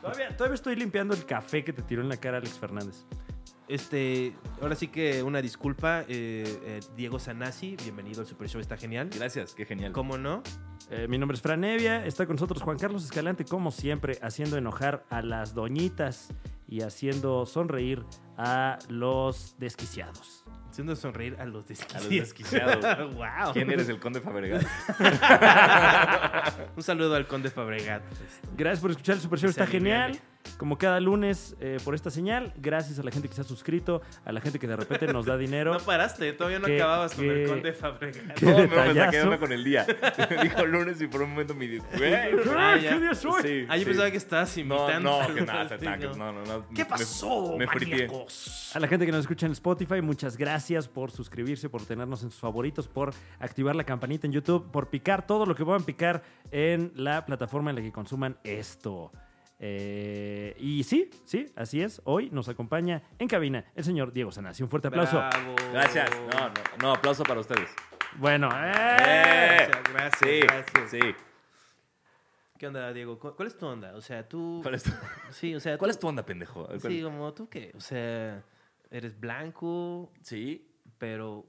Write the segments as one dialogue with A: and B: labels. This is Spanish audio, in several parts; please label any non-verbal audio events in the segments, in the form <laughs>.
A: todavía, todavía estoy limpiando el café que te tiró en la cara Alex Fernández.
B: Este, ahora sí que una disculpa, eh, eh, Diego Sanasi, bienvenido al Super Show, está genial.
C: Gracias, qué genial.
B: ¿Cómo no?
A: Eh, mi nombre es Fran Evia, está con nosotros Juan Carlos Escalante, como siempre, haciendo enojar a las doñitas y haciendo sonreír a los desquiciados.
B: Haciendo sonreír a los
C: A
B: desquiciados. <laughs>
C: los desquiciados.
B: wow.
C: ¿Quién eres el conde Fabregat?
B: Un saludo al Conde Fabregat.
C: Este,
A: Gracias por escuchar el Super Show,
B: Dice
A: está genial.
B: Aliviane.
A: Como cada lunes eh, por esta señal, gracias a la gente que se ha suscrito, a la gente que de repente nos
B: <laughs>
A: da dinero.
B: No paraste, todavía no
A: ¿Qué-
B: acababas con
A: qué-
B: el Conde Fabregat.
A: <laughs> qué
C: No, me- me
A: detallazo.
C: está quedando con el día. <laughs> Dijo lunes y por un momento me dijo,
B: <laughs>
C: güey.
B: Ah, ya.
A: ¿Qué día es hoy?
C: Sí,
B: Ah, yo
C: sí.
B: pensaba que estabas
C: No,
B: imitando.
C: no,
B: al
C: que nada,
B: Conde,
C: tacos, no, no, no.
B: Este, ¿Qué
C: Me-
B: pasó,
C: me friqué.
B: maníacos?
A: A la gente que nos escucha en Spotify, muchas gracias por suscribirse, por tenernos en sus favoritos, por activar la campanita en YouTube, por picar todo lo que puedan picar en la plataforma en la que consuman esto. Eh, y sí, sí, así es. Hoy nos acompaña en cabina el señor Diego Sanasi. Un fuerte aplauso.
B: Bravo.
C: Gracias. No, no, no, aplauso para ustedes.
A: Bueno, ¡eh!
C: Eh,
B: Gracias, gracias,
C: Sí,
B: gracias.
C: sí.
B: ¿Qué onda, Diego? ¿Cu- ¿Cuál es tu onda? O sea, tú.
C: ¿Cuál es tu,
B: Sí, o sea.
C: cuál
B: tú-
C: es tu onda, pendejo? ¿Cuál-
B: Sí, como tú qué. O sea, eres blanco,
C: sí,
B: pero.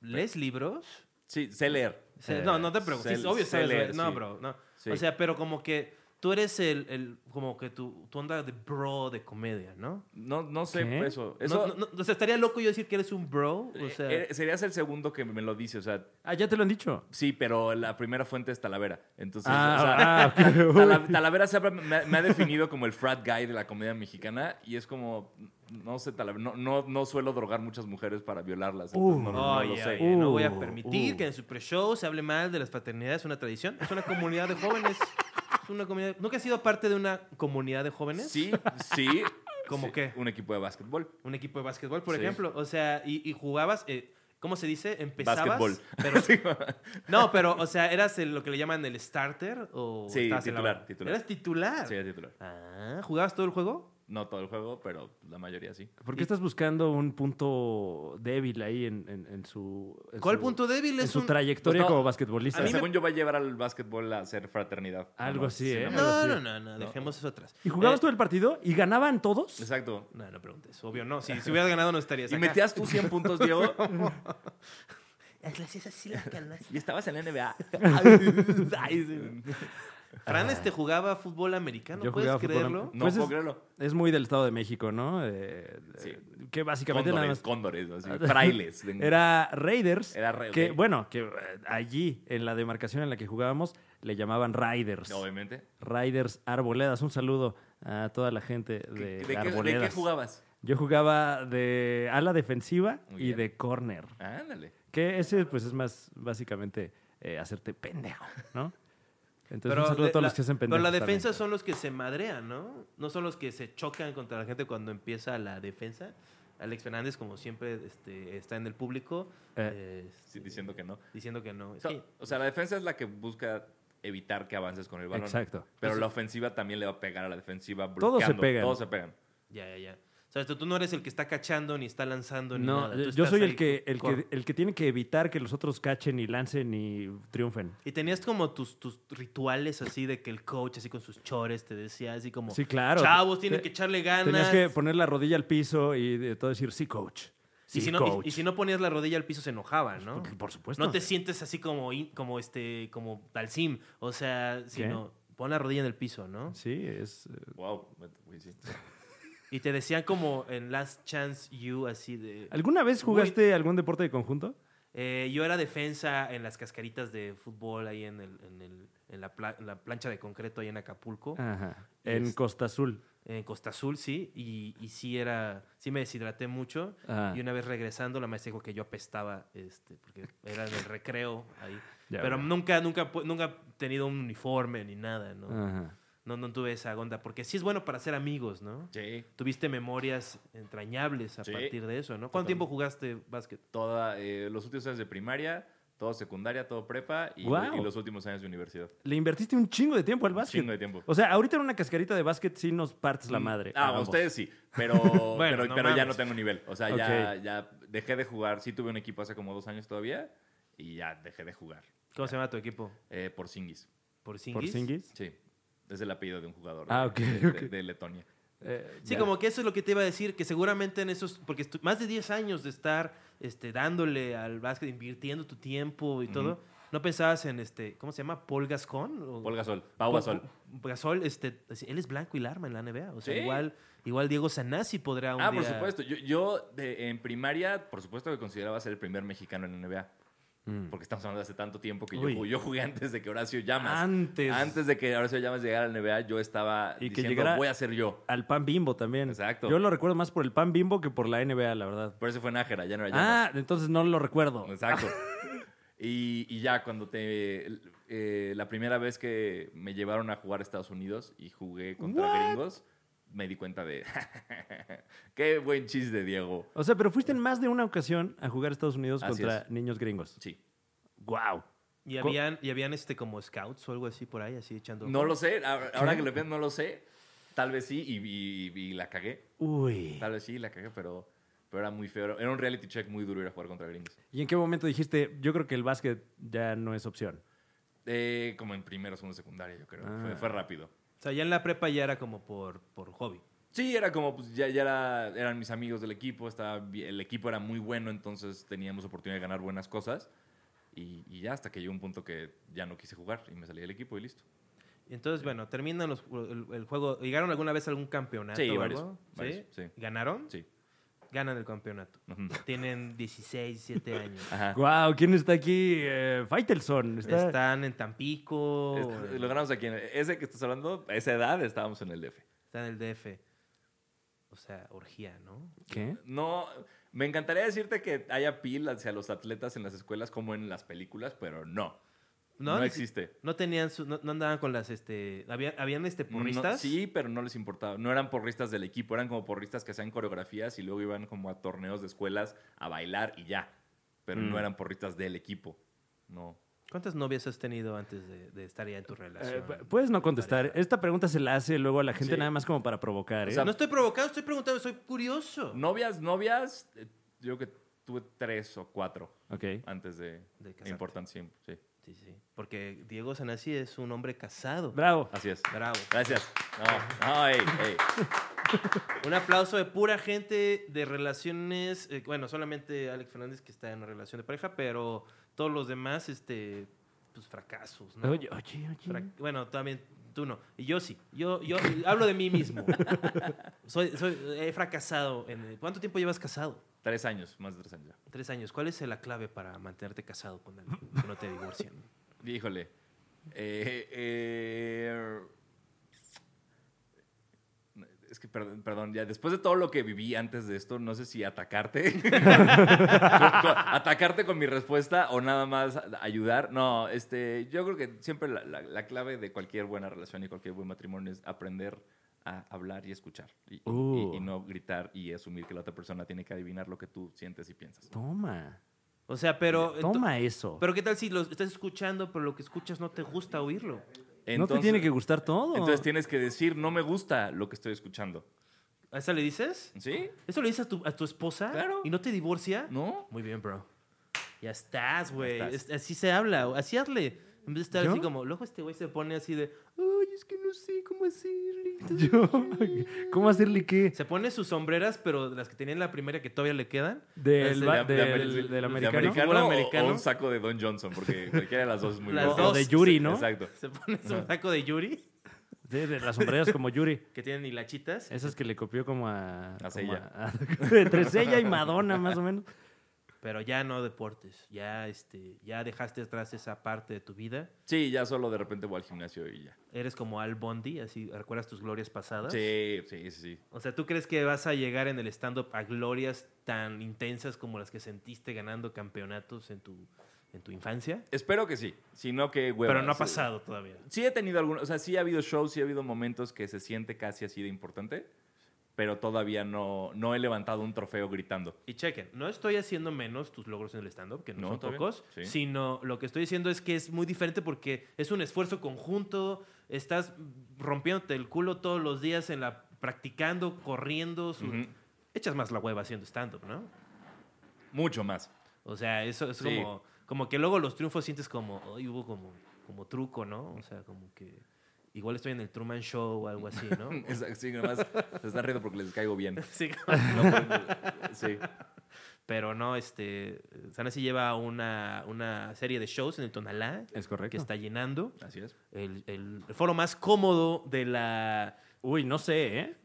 B: ¿Lees libros?
C: sí, sé leer.
B: O sea,
C: Eh,
B: no, no te preocupes.
C: sé-
B: sí, obvio,
C: sé
B: sabes,
C: leer,
B: no,
C: sí.
B: bro. No.
C: Sí.
B: O sea, pero como que tú eres el. el- como que tu, tu onda de bro de comedia, ¿no?
C: No, no sé
A: ¿Qué?
C: eso.
B: No,
C: Eso
B: no, no, o sea, estaría loco yo decir que eres un bro. O sea,
C: eh, serías el segundo que me lo dice, o sea,
A: Ah, ya te lo han dicho.
C: Sí, pero la primera fuente es Talavera. Entonces, o sea,
A: Ah, ah, ok.
C: <laughs> Tala- Talavera siempre me, ha- me ha definido como el frat guy de la comedia mexicana y es como, no sé, Talavera, no, no, no suelo drogar muchas mujeres para violarlas. entonces
A: Uh.
C: no, no- no
B: Oye,
C: lo sé.
B: oye, no voy
A: Uh,
B: a permitir
A: uh.
B: que en Super Show se hable mal de las fraternidades. Es una tradición. Es una comunidad de jóvenes. Es una comunidad. ¿Nunca has sido parte de una comunidad de jóvenes?
C: Sí, sí.
B: ¿Cómo
C: Sí,
B: qué?
C: Un equipo de básquetbol.
B: Un equipo de básquetbol, por
C: Sí.
B: ejemplo. O sea, y, y jugabas. eh, ¿Cómo se dice? Empezabas.
C: Básquetbol.
B: Pero,
C: Sí.
B: no, pero, o sea, ¿eras el- lo que le llaman el starter? O
C: Sí,
B: estabas en la
C: titular,
B: banca?
C: titular.
B: ¿Eras titular?
C: <laughs> Sí, es titular.
B: Ah, ¿jugabas todo el juego?
C: No todo el juego, pero la mayoría sí.
A: ¿Por qué estás buscando un punto débil ahí en, en- en su. en
B: ¿Cuál
A: su-
B: punto débil
A: En
B: es
A: su
B: un-
A: trayectoria
C: Pues no,
A: como
C: O
A: basquetbolista.
C: sea, según yo va a llevar al básquetbol a ser fraternidad.
A: Algo
C: No,
A: así,
C: sí,
A: ¿eh?
C: no, no.
B: No,
A: Sí.
B: no, no, no, dejemos eso atrás.
A: ¿Y jugabas
B: Eh,
A: todo el partido? ¿Y ganaban todos?
C: Exacto.
B: No, no preguntes. Obvio, no. Si, si hubieras ganado, no estarías
A: <laughs>
C: Y
B: acá.
C: metías tú 100
B: <laughs>
C: puntos, Diego,
B: Gracias,
A: <laughs>
B: así la calmas.
C: y estabas en la NBA.
B: <laughs> Ay, sí. Fran este jugaba fútbol americano,
A: Ah. Yo
B: ¿puedes
A: jugaba fútbol
B: creerlo?
A: americano.
C: No
A: Pues es-
C: puedo creerlo.
A: Es muy del Estado de México, ¿no? Eh,
C: Sí.
A: eh, Que básicamente
C: Cóndores,
A: nada más. Ah,
C: cóndores,
A: <laughs>
C: así, frailes. de-
A: Era Raiders.
C: Era Raiders.
A: Que, bueno, que eh, allí, en la demarcación en la que jugábamos, le llamaban Raiders.
C: Obviamente.
A: Raiders Arboledas. Un saludo a toda la gente
C: ¿Qué-
A: de,
C: ¿De,
A: de
C: qué, de
A: Arboledas.
C: qué jugabas?
A: Yo jugaba de ala defensiva
C: Muy
A: y
C: bien.
A: de corner.
C: Ándale.
A: Que ese, pues, es más básicamente eh, hacerte pendejo, ¿no? Entonces, un saludo
B: de-
A: a todos
B: la-
A: los que hacen
B: pero
A: pendejos.
B: la
A: también.
B: defensa son los que se madrean, ¿no? No son los que se chocan contra la gente cuando empieza la defensa. Alex Fernández, como siempre, este, está en el público eh,
C: Sí, diciendo que no.
B: diciendo que no.
C: O sea,
B: Sí.
C: o sea, la defensa es la que busca evitar que avances con el balón.
A: Exacto.
C: Pero la ofensiva también le va a pegar a la defensiva bloqueando.
A: Todos se pegan.
C: Todos se pegan.
B: Ya, ya, ya. O sea, tú, tú no eres el que está cachando ni está lanzando ni
A: No,
B: nada. Tú
A: yo
B: estás
A: soy
B: ahí
A: el que, el,
B: cor-
A: que, el que tiene que evitar que los otros cachen y lancen y triunfen.
B: Y tenías como tus, tus rituales así de que el coach así con sus chores te decía así como...
A: Sí, claro.
B: Chavos, tienen
A: Te-
B: que echarle ganas.
A: Tenías que poner la rodilla al piso y de todo decir, sí, coach. Sí,
B: y, si no,
A: coach.
B: y- y si no ponías la rodilla al piso se enojaba, ¿no?
A: Porque, por supuesto.
B: No te sientes así como, in- como este, como Dalsim. O sea, sino pon la rodilla en el piso, ¿no?
A: Sí, es... eh,
C: Wow. güey, sí.
B: Y te decían como en Last Chance You, así de.
A: ¿Alguna vez jugaste algún deporte de conjunto?
B: Eh, yo era defensa en las cascaritas de fútbol ahí en el, en el- en la, pla- en la plancha de concreto ahí en Acapulco.
A: Ajá.
B: Y
A: En
B: es-
A: Costa Azul.
B: En Costa Azul, sí. Y, y sí era. Sí me deshidraté mucho.
A: Ah,
B: Y una vez regresando, la maestra dijo que yo apestaba, este, porque era en el recreo ahí.
A: <laughs> ya
B: Pero
A: veo.
B: nunca, nunca, pu- nunca he tenido un uniforme ni nada, ¿no?
A: Ajá.
B: No, no tuve esa onda, porque sí es bueno para ser amigos, ¿no?
C: Sí.
B: Tuviste memorias entrañables a
C: Sí.
B: partir de eso, ¿no? ¿Cuánto tiempo jugaste básquet?
C: Toda, eh, los últimos años de primaria, todo secundaria, todo prepa y,
A: Guau.
C: y los últimos años de universidad.
A: Le invertiste un chingo de tiempo al
C: Un
A: básquet.
C: Chingo de tiempo.
A: O sea, ahorita en una cascarita de básquet sí nos partes
B: Mm.
A: la madre. a
C: Ah, a
A: ambos.
C: ustedes sí,
A: <laughs>
C: pero, pero,
B: no
C: pero ya
B: mames.
C: no tengo nivel. O sea, ya, ya dejé de jugar. Sí tuve un equipo hace como dos años todavía y ya dejé de jugar
B: ¿Cómo se llama tu equipo?
C: eh, por Singis.
B: ¿Por
A: ¿Por
B: Singis?
A: Singis?
C: Sí. Es el apellido de un jugador
A: Ah,
C: de-
A: ok,
C: de,
A: ok.
C: de Letonia.
A: Eh,
B: Sí,
A: ya.
B: como que eso es lo que te iba a decir, que seguramente en esos, porque estu- más de 10 años de estar este, dándole al básquet, invirtiendo tu tiempo y
C: Ujú.
B: todo, ¿no pensabas en, este, ¿cómo se llama? ¿Paul Gascon? ¿O-
C: Paul Gasol, Pau Gasol.
B: Paul Gasol, este, así, él es blanco y larma en la NBA. O sea,
C: Sí.
B: igual, igual Diego Sanasi podrá un
C: Ah, por
B: día-
C: supuesto. Yo, yo de- en primaria, por supuesto que consideraba ser el primer mexicano en NBA.
A: Mm.
C: Porque estamos hablando de hace tanto tiempo que yo,
A: Uy.
C: ju- yo jugué antes de que Horacio Llamas.
A: Antes,
C: Antes de que Horacio Llamas llegara al NBA, yo estaba
A: Y que
C: diciendo,
A: llegara-
C: voy a ser yo.
A: al pan bimbo también.
C: Exacto.
A: Yo lo recuerdo más por el pan bimbo que por la NBA, la verdad.
C: Por eso fue Nájera, ya no era Llamas.
A: Ah, entonces no lo recuerdo.
C: Exacto. <laughs> Y, y ya cuando te... eh, la primera vez que me llevaron a jugar a Estados Unidos y jugué contra gringos, me di cuenta de... <laughs> ¡Qué buen chiste, Diego!
A: O sea, pero fuiste en más de una ocasión a jugar a Estados Unidos
C: Así
A: contra
C: es.
A: niños gringos.
C: Sí.
A: Wow.
B: Y habían, y habían este, como scouts o algo así por ahí, así echando...
C: No lo sé. Ahora ahora que lo pienso, no lo sé. Tal vez sí y, y- y la cagué.
A: Uy.
C: Tal vez sí la cagué, pero, pero era muy feo. Era un reality check muy duro ir a jugar contra gringos.
A: ¿Y en qué momento dijiste, yo creo que el básquet ya no es opción?
C: Eh, como en primero, segundo, secundaria, yo creo. Fue,
A: Ah.
C: fue rápido.
B: O sea, ya en la prepa ya era como por, por hobby.
C: Sí, era como, pues ya, ya era- eran mis amigos del equipo, estaba, bi- el equipo era muy bueno, entonces teníamos oportunidad de ganar buenas cosas. Y, y ya hasta que llegó un punto que ya no quise jugar y me salí del equipo y listo.
B: Entonces, bueno, terminan los- el, el juego. ¿Llegaron alguna vez a algún campeonato?
C: Sí,
B: o
C: varios,
B: algo?
C: varios, sí.
B: ¿Ganaron?
C: Sí. <laughs>
B: Ganan el campeonato.
C: Ujú.
B: Tienen
A: <laughs>
B: 16, 17 años.
C: Ajá.
A: Wow, ¿quién está aquí? Eh, Faitelson. Ah, Está...
B: Están en Tampico,
C: Este, lo ganamos aquí. en- Ese que estás hablando, a esa edad estábamos en el DF.
B: están en el DF. O sea, orgía, ¿no?
A: ¿Qué?
C: No, me encantaría decirte que haya pil hacia los atletas en las escuelas como en las películas, pero no. No,
B: ni si-
C: existe.
B: No tenían su- no, no andaban con las este había- habían este porristas.
C: No- sí, pero no les importaba. No eran porristas del equipo, eran como porristas que hacían coreografías y luego iban como a torneos de escuelas a bailar y ya. Pero
A: Mm.
C: no eran porristas del equipo. No.
B: ¿Cuántas novias has tenido antes de, de estar ya en tu relación?
A: Eh, pu- puedes no contestar.
B: Pareja.
A: Esta pregunta se la hace luego a la gente
C: Sí.
A: nada más como para provocar.
C: O
A: ¿eh?
C: sea,
B: No estoy provocando, estoy preguntando, soy curioso.
C: Novias, novias, eh, yo creo que tuve tres o cuatro
A: Ok.
C: antes de,
B: De
C: de
B: casarte.
C: importancia. Sí,
B: Sí, sí. Porque Diego Sanasi es un hombre casado.
A: Bravo.
C: así es.
B: Bravo.
C: Gracias.
B: <laughs>
C: No, no, ey, ey.
B: Un aplauso de pura gente de relaciones. eh, bueno, solamente Alex Fernández que está en una relación de pareja, pero todos los demás, este, pues fracasos, ¿no?
A: Oye, oye, oye.
B: Fra- bueno, también tú no. Y yo sí. Yo, yo hablo de
A: <laughs>
B: mí mismo. soy, soy- he fracasado. En, ¿Cuánto tiempo llevas casado?
C: Tres años, más de tres años.
B: Tres años. ¿Cuál es la clave para mantenerte casado con alguien que no te divorcian?
C: Híjole. Eh, eh, es que, perdón, perdón, ya después de todo lo que viví antes de esto, no sé si
A: <laughs>
C: atacarte. Con- con- atacarte con mi respuesta o nada más ayudar. No, este, yo creo que siempre la, la- la clave de cualquier buena relación y cualquier buen matrimonio es aprender a hablar y escuchar. Y, y-
A: Uh.
C: y no gritar y asumir que la otra persona tiene que adivinar lo que tú sientes y piensas.
A: Toma.
B: O sea, pero.
A: Toma eso.
B: Pero qué tal si lo estás escuchando, pero lo que escuchas no te gusta oírlo.
A: no te
C: Entonces-
A: tiene que gustar todo.
C: Entonces tienes que decir, no me gusta lo que estoy escuchando.
B: ¿A esa le dices?
C: ¿Sí?
B: ¿Eso le dices a tu, a tu esposa?
C: Claro.
B: ¿Y no te divorcia?
C: ¿No?
B: Muy bien, bro. Ya estás, güey.
C: estás.
B: Es- Así se habla. Así hazle. En vez de estar
A: ¿Yo?
B: así como, luego este güey se pone así de, ay, es que no sé cómo hacerle.
A: <laughs> Yo, ¿Cómo hacerle qué?
B: Se pone sus sombreras, pero de las que tenía en la primera que todavía le quedan.
A: Del,
B: Ese-
A: ba-
C: de-
A: del-
C: de-
A: del
B: de
A: americano.
B: americano.
C: o-
B: americano?
C: O, un saco de Don Johnson,
B: <laughs>
C: porque cualquiera de las dos es muy
B: Las
C: bueno.
A: O
B: dos.
A: de Yuri, ¿no?
C: Exacto.
B: <laughs> Se pone su saco de Yuri,
A: Sí, de las sombreras como <laughs> Yuri.
B: que tienen hilachitas.
A: Esas que le copió como a... como
C: Sella.
A: a- <laughs> entre Sella y Madonna, más o menos.
B: Pero ya no deportes. Ya, este, ya dejaste atrás esa parte de tu vida.
C: Sí, ya solo de repente voy al gimnasio y ya.
B: Eres como Al Bondi, así recuerdas tus glorias pasadas.
C: Sí, sí, sí.
B: O sea, ¿tú crees que vas a llegar en el stand-up a glorias tan intensas como las que sentiste ganando campeonatos en tu, en tu infancia?
C: Espero que sí. Si no, que hueva.
B: Pero no ha
C: Sí.
B: pasado todavía.
C: Sí he tenido algunos, o sea, sí ha habido shows, sí ha habido momentos que se siente casi así de importante, pero todavía no, no he levantado un trofeo gritando.
B: Y chequen, no estoy haciendo menos tus logros en el stand-up, que no,
C: No,
B: son
C: está bien.
B: pocos,
C: Sí.
B: sino lo que estoy diciendo es que es muy diferente porque es un esfuerzo conjunto, estás rompiéndote el culo todos los días en la practicando, corriendo, su-
C: Ujú.
B: echas más la hueva haciendo stand-up, ¿no?
C: Mucho más.
B: O sea, eso es
C: Sí.
B: como, como que luego los triunfos sientes como, "Ay, hubo como, como truco, ¿no? O sea, como que igual estoy en el Truman Show o algo así,
C: <laughs>
B: ¿no?
C: Exacto, sí, nomás se están riendo porque les
B: <laughs>
C: caigo bien.
B: Sí.
C: No, pero- sí.
B: Pero no, este. Sanasi lleva una, una serie de shows en el Tonalá
A: Es correcto.
B: que está llenando.
C: Así es.
B: El, el- el foro más cómodo de la.
A: Uy, no sé, ¿eh?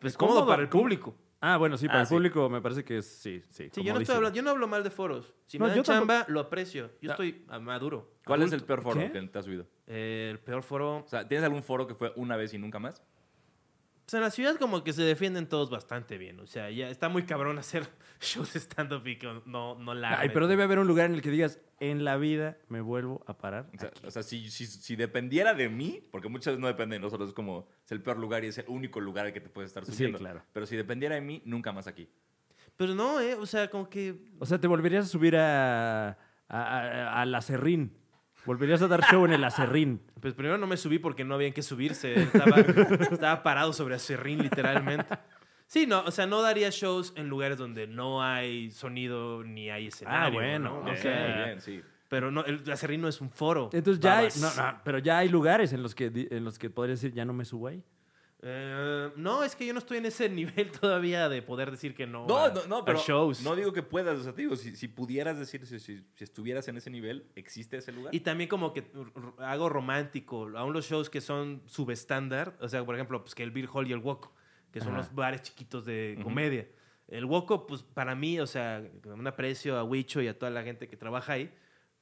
B: Pues
A: ¿Cómodo?
B: cómodo, para el público.
A: Ah, bueno, sí, para
C: Ah,
A: el
C: sí.
A: público me parece que es- sí, sí.
B: Sí, yo no, estoy
A: comodísimo.
B: hablando, yo no hablo mal de foros. Si
A: No,
B: me dan
A: yo tampoco-
B: chamba, lo aprecio. Yo
A: Ah.
B: estoy a maduro.
C: ¿Cuál es
A: Adulto.
C: el peor foro
A: ¿Qué?
C: que te has subido?
B: Eh, el peor foro.
C: O sea, ¿tienes algún foro que fue una vez y nunca más?
B: Pues en la ciudad, como que se defienden todos bastante bien. O sea, ya está muy cabrón <laughs> hacer shows de stand-up y que no, no la.
A: Ay, pero debe haber un lugar en el que digas, en la vida me vuelvo a parar.
C: O sea,
A: aquí".
C: o sea, si, si- si dependiera de mí, porque muchas veces no depende de nosotros, es como es el peor lugar y es el único lugar al que te puedes estar
A: Sí,
C: subiendo.
A: claro.
C: Pero si dependiera de mí, nunca más aquí.
B: Pero no, ¿eh? O sea, como que.
A: O sea, te volverías a subir a, a, a- al acerrín. Volverías a dar show en el acerrín.
B: Pues primero no me subí porque no había en qué subirse. Estaba, <laughs> estaba parado sobre acerrín, literalmente. Sí, no, o sea, no daría shows en lugares donde no hay sonido ni hay escenario.
A: Ah, bueno,
B: ¿no? O
A: ok.
B: sea,
C: Muy bien, sí.
B: Pero no, el acerrín no es un foro.
A: Entonces ya hay,
B: babas.
A: no, no, pero ya hay lugares en los que di- en los que podrías decir, ya no me subo ahí.
B: Eh, no, es que yo no estoy en ese <laughs> nivel todavía de poder decir que no.
C: No,
B: a-
C: no, no,
B: a
C: pero
B: shows.
C: no digo que puedas. O sea, te digo, si, si pudieras decir, si, si- si estuvieras en ese nivel, ¿existe ese lugar?
B: Y también como que r- r- hago romántico, aún los shows que son subestándar, o sea, por ejemplo, pues que el Beer Hall y el Woco, que son
A: Ajá.
B: los bares chiquitos de comedia. El Woco, pues para mí, o sea, con un aprecio a Huicho y a toda la gente que trabaja ahí,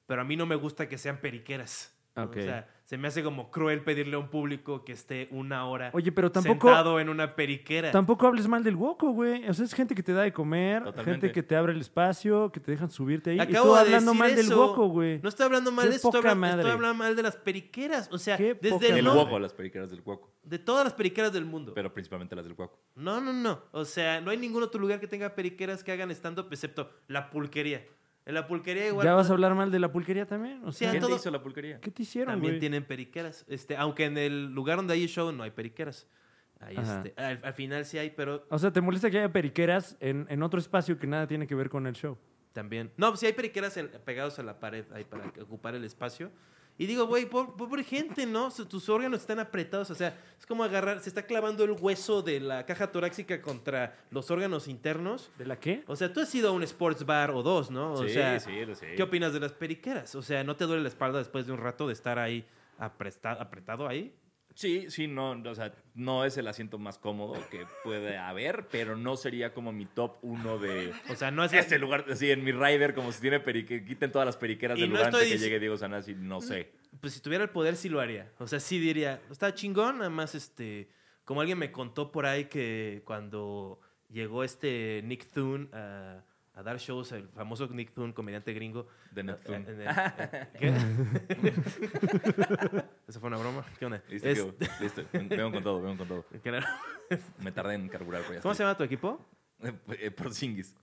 B: pero a mí no me gusta que sean periqueras. ¿no?
A: Ok.
B: O sea, se me hace como cruel pedirle a un público que esté una hora
A: Oye, pero tampoco-
B: sentado en una periquera.
A: Tampoco hables mal del Woco, güey. O sea, es gente que te da de comer,
C: Totalmente.
A: gente que te abre el espacio, que te dejan subirte ahí. y
B: Acabo
A: tú
B: de
A: hablando
B: decir
A: mal del
B: eso.
A: Woco, güey.
B: No estoy hablando mal
A: Qué
B: de eso, estoy
A: poca
B: hablando, estoy
A: madre.
B: hablando mal de las periqueras. O sea,
A: Qué poca
B: desde el
C: del
A: no.
C: hueco, las periqueras del hueco.
B: De todas las periqueras del mundo.
C: Pero principalmente las del hueco.
B: No, no, no. O sea, no hay ningún otro lugar que tenga periqueras que hagan stand-up excepto la pulquería. En la pulquería igual
A: ¿Ya vas a hablar mal de la pulquería también? O sea,
B: Sí,
C: ¿Quién
B: a todo-
C: te hizo la pulquería?
A: ¿qué te hicieron,
B: también
A: güey?
B: tienen periqueras. Este, aunque en el lugar donde hay show no hay periqueras. Ahí,
A: Ajá.
B: este, al, al final sí hay, pero
A: O sea, ¿te molesta que haya periqueras en, en otro espacio que nada tiene que ver con el show?
B: también... No, sí hay periqueras en- pegados a la pared ahí para que- ocupar el espacio. Y digo, güey, po- pobre gente, ¿no? O sea, Tus órganos están apretados. O sea, es como agarrar... Se está clavando el hueso de la caja torácica contra los órganos internos.
A: ¿De la qué?
B: O sea, tú has ido a un sports bar o dos, ¿no? O
C: sí,
B: sea,
C: sí, lo sé.
B: ¿Qué opinas de las periqueras? O sea, ¿no te duele la espalda después de un rato de estar ahí apresta- apretado ahí?
C: Sí, sí, no, no, o sea, no es el asiento más cómodo que puede haber, pero no sería como mi top uno de
B: O sea, no es...
C: este lugar, así en mi rider, como si tiene perique, quiten todas las periqueras
B: Y
C: del
B: no
C: lugar antes
B: estoy
C: que
B: dic-
C: llegue Diego Sanasi, no sé.
B: Pues si tuviera el poder sí lo haría. O sea, sí diría, está chingón, nada más este... Como alguien me contó por ahí que cuando llegó este Nick Thune a, a dar shows, el famoso Nick Thune, comediante gringo...
C: De Neptune.
B: en el- ¿Qué? ¿Esa fue una broma? ¿Qué onda?
C: <laughs> Listo,
B: Es- <laughs>
C: Diego, listo. Vengo con todo, vengo con todo.
B: claro.
C: Me tardé en carburar, pero ya
B: ¿Cómo se llama tu equipo?
C: <laughs> llama? eh, Por Singis.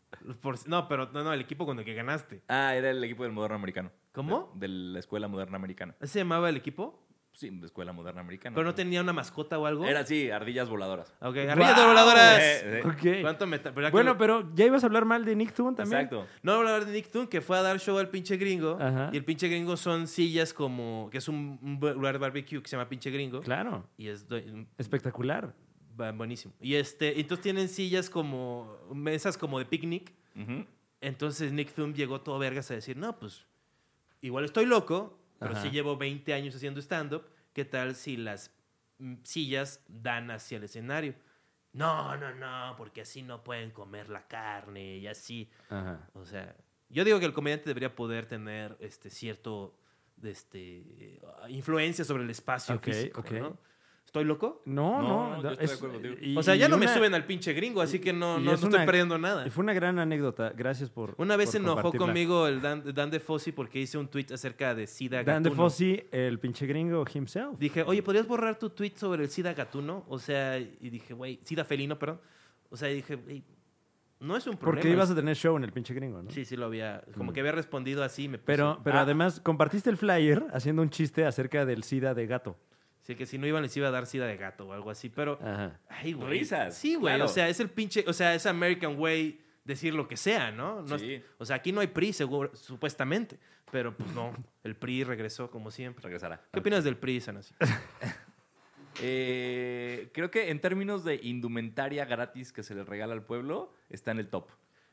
B: Por- no, pero no, no, el equipo con el que ganaste.
C: Ah, era el equipo del moderno americano.
B: ¿Cómo?
C: De, de la escuela moderna americana.
B: ¿Ese se llamaba el equipo?
C: Sí, de escuela moderna americana.
B: ¿Pero no tenía una mascota o algo?
C: Era así, ardillas voladoras.
B: Ok, arriba de
A: ¡Guau!
B: voladoras.
C: Eh, eh,
A: Ok.
B: ¿Cuánto me ta- ¿verdad que
A: Bueno,
B: me-
A: pero ya ibas a hablar mal de Nick Thune también.
C: Exacto.
B: No voy a hablar de Nick Toon, que fue a dar show al pinche gringo.
A: Ajá.
B: Y el pinche gringo son sillas como... Que es un, un bu- lugar de barbecue que se llama pinche gringo.
A: Claro,
B: Y es due-
A: espectacular.
B: va- buenísimo. Y este, entonces tienen sillas como... Mesas como de picnic.
C: Ujú.
B: Entonces Nick Thune llegó todo vergas a decir, no, pues igual estoy loco, pero
A: Ajá.
B: sí llevo 20 años haciendo stand-up, ¿qué tal si las mm, sillas dan hacia el escenario? No, no, no, porque así no pueden comer la carne y así.
A: Ajá.
B: O sea, yo digo que el comediante debería poder tener este cierto de este, influencia sobre el espacio
A: Ok,
B: físico,
A: ok.
B: ¿no? ¿Estoy loco?
A: No,
C: No,
A: no.
C: yo estoy de acuerdo contigo.
A: y-
B: o sea, ya
A: y
B: no me
A: una-
B: suben al pinche gringo, así que no,
A: y
B: no,
A: es
B: no estoy
A: una-
B: perdiendo nada.
A: Fue una gran anécdota. Gracias por.
B: Una vez
A: por
B: se enojó
A: compartirla.
B: conmigo el Dan, Dan de Fossi porque hice un tweet acerca de SIDA
A: Dan
B: gatuno.
A: DeFossi, el pinche gringo himself.
B: Dije, oye, ¿podrías borrar tu tweet sobre el SIDA gatuno? O sea, y dije, güey, SIDA felino, perdón. O sea, y dije, güey, no es un problema.
A: Porque ibas a tener show en el pinche gringo, ¿no?
B: Sí, sí, lo había. Como que había respondido así. y Me puso-
A: Pero, pero
C: Ah.
A: además compartiste el flyer haciendo un chiste acerca del SIDA de gato.
B: Sí, que si no iban, les iba a dar SIDA de gato o algo así. Pero,
A: Ajá.
B: ay, güey.
C: Risas,
B: Sí, güey.
C: claro.
B: O sea, es el pinche. O sea, es American Way decir lo que sea, ¿no? No es-
C: Sí.
B: o sea, aquí no hay PRI, seguro, supuestamente. Pero pues no. El PRI regresó como siempre.
C: Regresará.
B: ¿Qué opinas del PRI, Sanasi?
C: Eh, creo que en términos de indumentaria gratis que se le regala al pueblo, está en el top.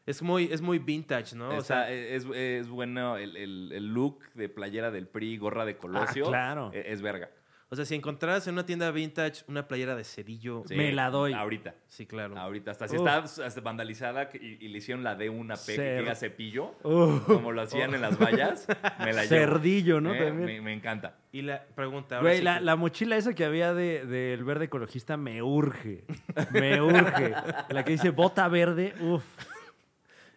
B: Es muy, es muy vintage, ¿no?
C: Está- eh.
B: o sea,
C: es, es bueno el, el- el look de playera del PRI, gorra de Colosio.
A: Ah, claro.
C: eh, Es, verga.
B: o sea, si encontraras en una tienda vintage una playera de cerillo.
A: Me la doy.
C: Ahorita.
B: Sí, claro.
C: Ahorita, hasta si
A: Uf.
C: está hasta vandalizada que- y, y le hicieron la de una P que
A: Cer-
C: llega cepillo,
A: <laughs> Uf.
C: como lo hacían en las vallas, me la llevo.
A: Cerdillo, ¿no?
C: Eh,
A: También.
C: Me, me encanta.
B: Y la pregunta ahora.
A: Güey,
B: sí
A: la,
B: que-
A: la mochila esa que había de- del verde ecologista me urge. Me urge. La que dice bota verde, uff.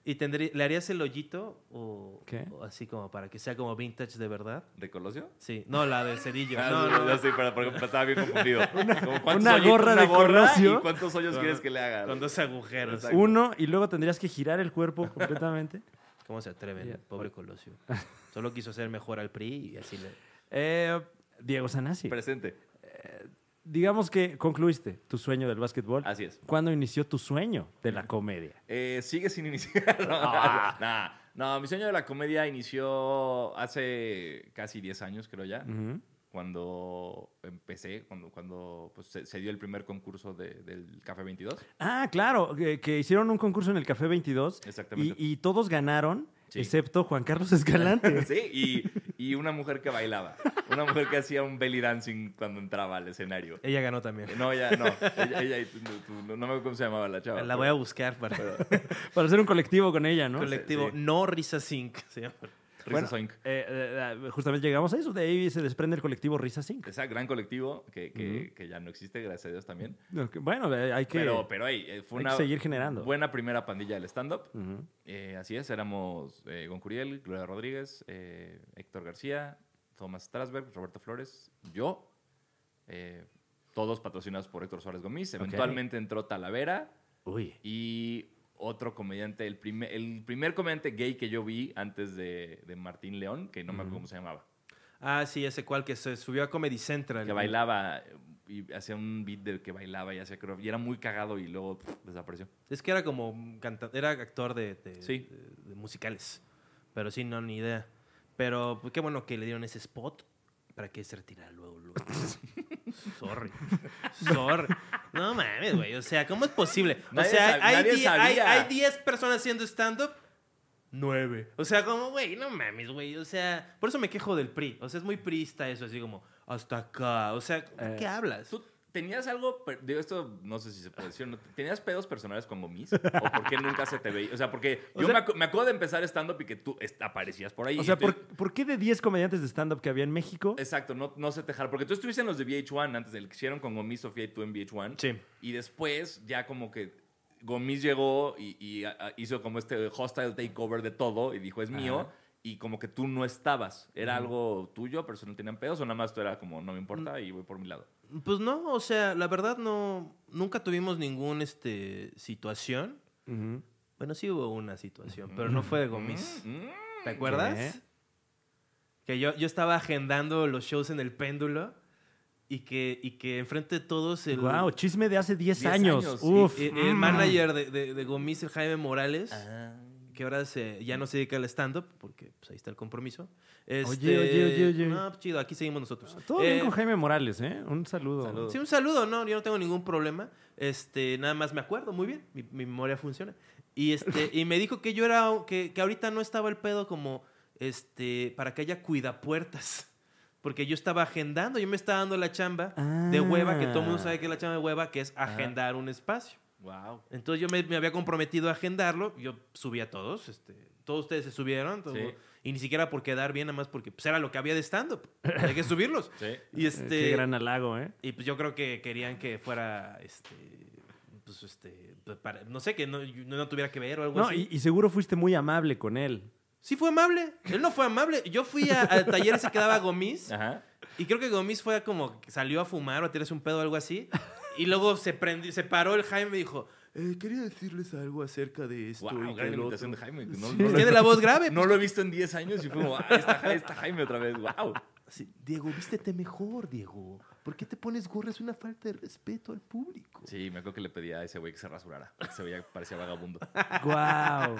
B: ¿Y tendrí- le harías el hoyito o,
A: ¿Qué?
B: o así como para que sea como vintage de verdad?
C: ¿De Colosio?
B: Sí, no, la del cerillo.
C: <laughs> Ah,
B: no,
C: sí,
B: no, no.
C: ya sé, pero porque estaba bien confundido. Como,
A: <laughs>
C: ¿cuántos
A: una
C: hoyitos-
A: gorra de Colosio.
C: ¿Y cuántos hoyos
B: Con-
C: quieres que le haga?
B: Con dos agujeros.
C: Exacto.
A: Uno, y luego tendrías que girar el cuerpo completamente. <laughs>
B: ¿Cómo se atreven?
A: Ya.
B: Pobre Colosio. Solo quiso ser mejor al PRI y así le...
A: Eh, Diego Sanasi,
C: Presente.
A: digamos que concluiste tu sueño del básquetbol.
C: Así es.
A: ¿Cuándo inició tu sueño de la comedia?
C: Eh, sigue sin iniciar. <laughs> No,
A: Ah.
C: nah. No, mi sueño de la comedia inició hace casi 10 años, creo ya.
A: Ujú.
C: cuando empecé, cuando, cuando pues, se, se dio el primer concurso de- del Café 22.
A: Ah, claro, que, que hicieron un concurso en el Café 22 y,
C: Exactamente.
A: y todos ganaron,
C: Sí.
A: excepto Juan Carlos
B: <laughs>
A: Escalante.
C: <laughs> Sí, y, y una mujer que bailaba. Una mujer que hacía un belly dancing cuando entraba al escenario.
B: Ella ganó también.
C: No, ella, no. Ella, ella y tú- tú- no me acuerdo cómo se llamaba la chava.
B: La voy a buscar para
A: Para hacer un colectivo con ella, ¿no?
B: colectivo.
C: Sí, sí.
B: No Risa Sync. se llama.
C: Risa
A: Bueno,
C: Zoink.
A: eh, eh, eh, justamente llegamos a eso, de ahí se desprende el colectivo Risa Sync.
C: Esa gran colectivo que, que, que ya no existe, gracias a Dios también.
A: No, que- Bueno, eh, hay que,
C: Pero, pero hey, eh, fue
A: hay
C: una
A: que seguir generando.
C: buena primera pandilla del stand-up.
A: Ujú.
C: Eh, así es, éramos eh, Goncuriel, Gloria Rodríguez, eh, Héctor García, Thomas Strasberg, Roberto Flores, yo. eh, todos patrocinados por Héctor Suárez Gómez. Eventualmente entró Talavera
A: Uy,
C: y otro comediante, el, primer el primer comediante gay que yo vi antes de, de Martín León, que no me acuerdo cómo se llamaba,
B: Ah, sí, ese cual que se subió a Comedy Central.
C: que bailaba eh, y hacía un beat del que bailaba y hacía creo, y era muy cagado y luego pf, desapareció.
B: Es que era como canta- era actor de, de-
C: Sí.
B: de- de musicales. Pero sí, no, ni idea. Pero pues, qué bueno que le dieron ese spot para que se retirara luego,
C: <laughs>
B: luego. Sorry. Sorry. No mames, güey. O sea, ¿cómo es posible? O
C: Nadie
B: sea,
C: sab-
B: hay
C: nadie
B: die- hay
C: sabía.
B: hay 10 personas haciendo stand-up. Nueve. O sea, como, güey, no mames, güey. O sea, por eso me quejo del PRI. O sea, es muy priista eso, así como, hasta acá. O sea, ¿de
A: Eh,
B: ¿qué hablas?
C: ¿Tú tenías algo, per- digo, esto no sé si se puede decir, o ¿no? ¿tenías pedos personales con Gomis? ¿O por qué nunca se te veía? O sea, porque
B: O
C: yo
B: sea-
C: me, acu- me acuerdo de empezar stand-up y que tú est- aparecías por ahí.
A: O sea,
C: Estoy-
A: ¿por, por qué de 10 comediantes de stand-up que había en México?
C: Exacto, no, no se te jala. Porque tú estuviste en los de VH1 antes del que hicieron con Gomis, Sofía y tú en VH1.
B: Sí.
C: Y después ya como que Gomis llegó y, y, a- a- hizo como este hostile takeover de todo y dijo, es mío. Y como que tú no estabas. ¿Era algo tuyo, pero eso no tenían pedos? ¿O nada más tú era como, no me
B: Mm.
C: importa y voy por mi lado?
B: Pues no, o sea, la verdad no, nunca tuvimos ningún este situación.
A: Ujú.
B: Bueno, sí hubo una situación, pero no fue de gomis.
C: Mm,
B: ¿Te acuerdas?
A: ¿Qué?
B: Que yo, yo estaba agendando los shows en el péndulo y que, y que enfrente de todos el,
A: Guau, chisme de hace 10
C: 10
A: años.
C: años, sí.
A: Uf. mm. Ah.
B: el- el manager de, de- de gomis, el Jaime Morales,
C: mm.
B: que ahora se, ya no se dedica al stand-up, porque pues, ahí está el compromiso.
A: Oye, oye, oye, oye. Ah,
B: No, pues, chido, aquí seguimos nosotros.
A: Todo bien
B: Eh,
A: con Jaime Morales, ¿eh? Un saludo.
C: Saludo.
B: Sí, un saludo, no, yo no tengo ningún problema. Este, nada más me acuerdo muy bien, mi, mi memoria funciona. Y este, y me dijo que yo era que, que ahorita no estaba el pedo como este para que haya cuidapuertas. <laughs> Porque yo estaba agendando, yo me estaba dando la chamba de
A: Ah.
B: hueva, que todo el mundo sabe que es la chamba de hueva, que es agendar un espacio.
C: Wow.
B: Entonces yo me, me había comprometido a agendarlo, yo subí a todos, este, todos ustedes se subieron, todo-
C: Sí.
B: y ni siquiera por quedar bien, nada más porque pues, era lo que había de stand-up, hay que subirlos.
C: Sí.
B: Y
A: Eh,
B: este,
A: <laughs> Qué gran halago, ¿eh?
B: y pues yo creo que querían que fuera, este, pues este, pues, para- no sé, que no, no tuviera que ver o algo
A: No,
B: así.
A: y, y seguro fuiste muy amable con él.
B: Sí fue amable, él no fue amable. Yo fui a- al taller ese que daba Gomis
C: Ajá.
B: y creo que Gomis fue a como, que salió a fumar o a tirarse un pedo o algo así. Y luego se prendió, se paró el Jaime y me dijo, "Eh, quería decirles algo acerca de esto.
C: Wow,
B: y
C: gran
B: que lo
C: imitación de
B: otro".
C: Jaime. No, no,
B: Pues
C: lo,
B: Tiene la voz grave.
C: no lo he visto en 10 años y fue como, ah, está, Ja- está Jaime otra vez. Wow.
B: Sí, Diego, vístete mejor, Diego. ¿Por qué te pones gorra? Es una falta de respeto al público.
C: Sí, me acuerdo que le pedía a ese güey que se rasurara. Se veía, <laughs> parecía vagabundo.
A: Guau.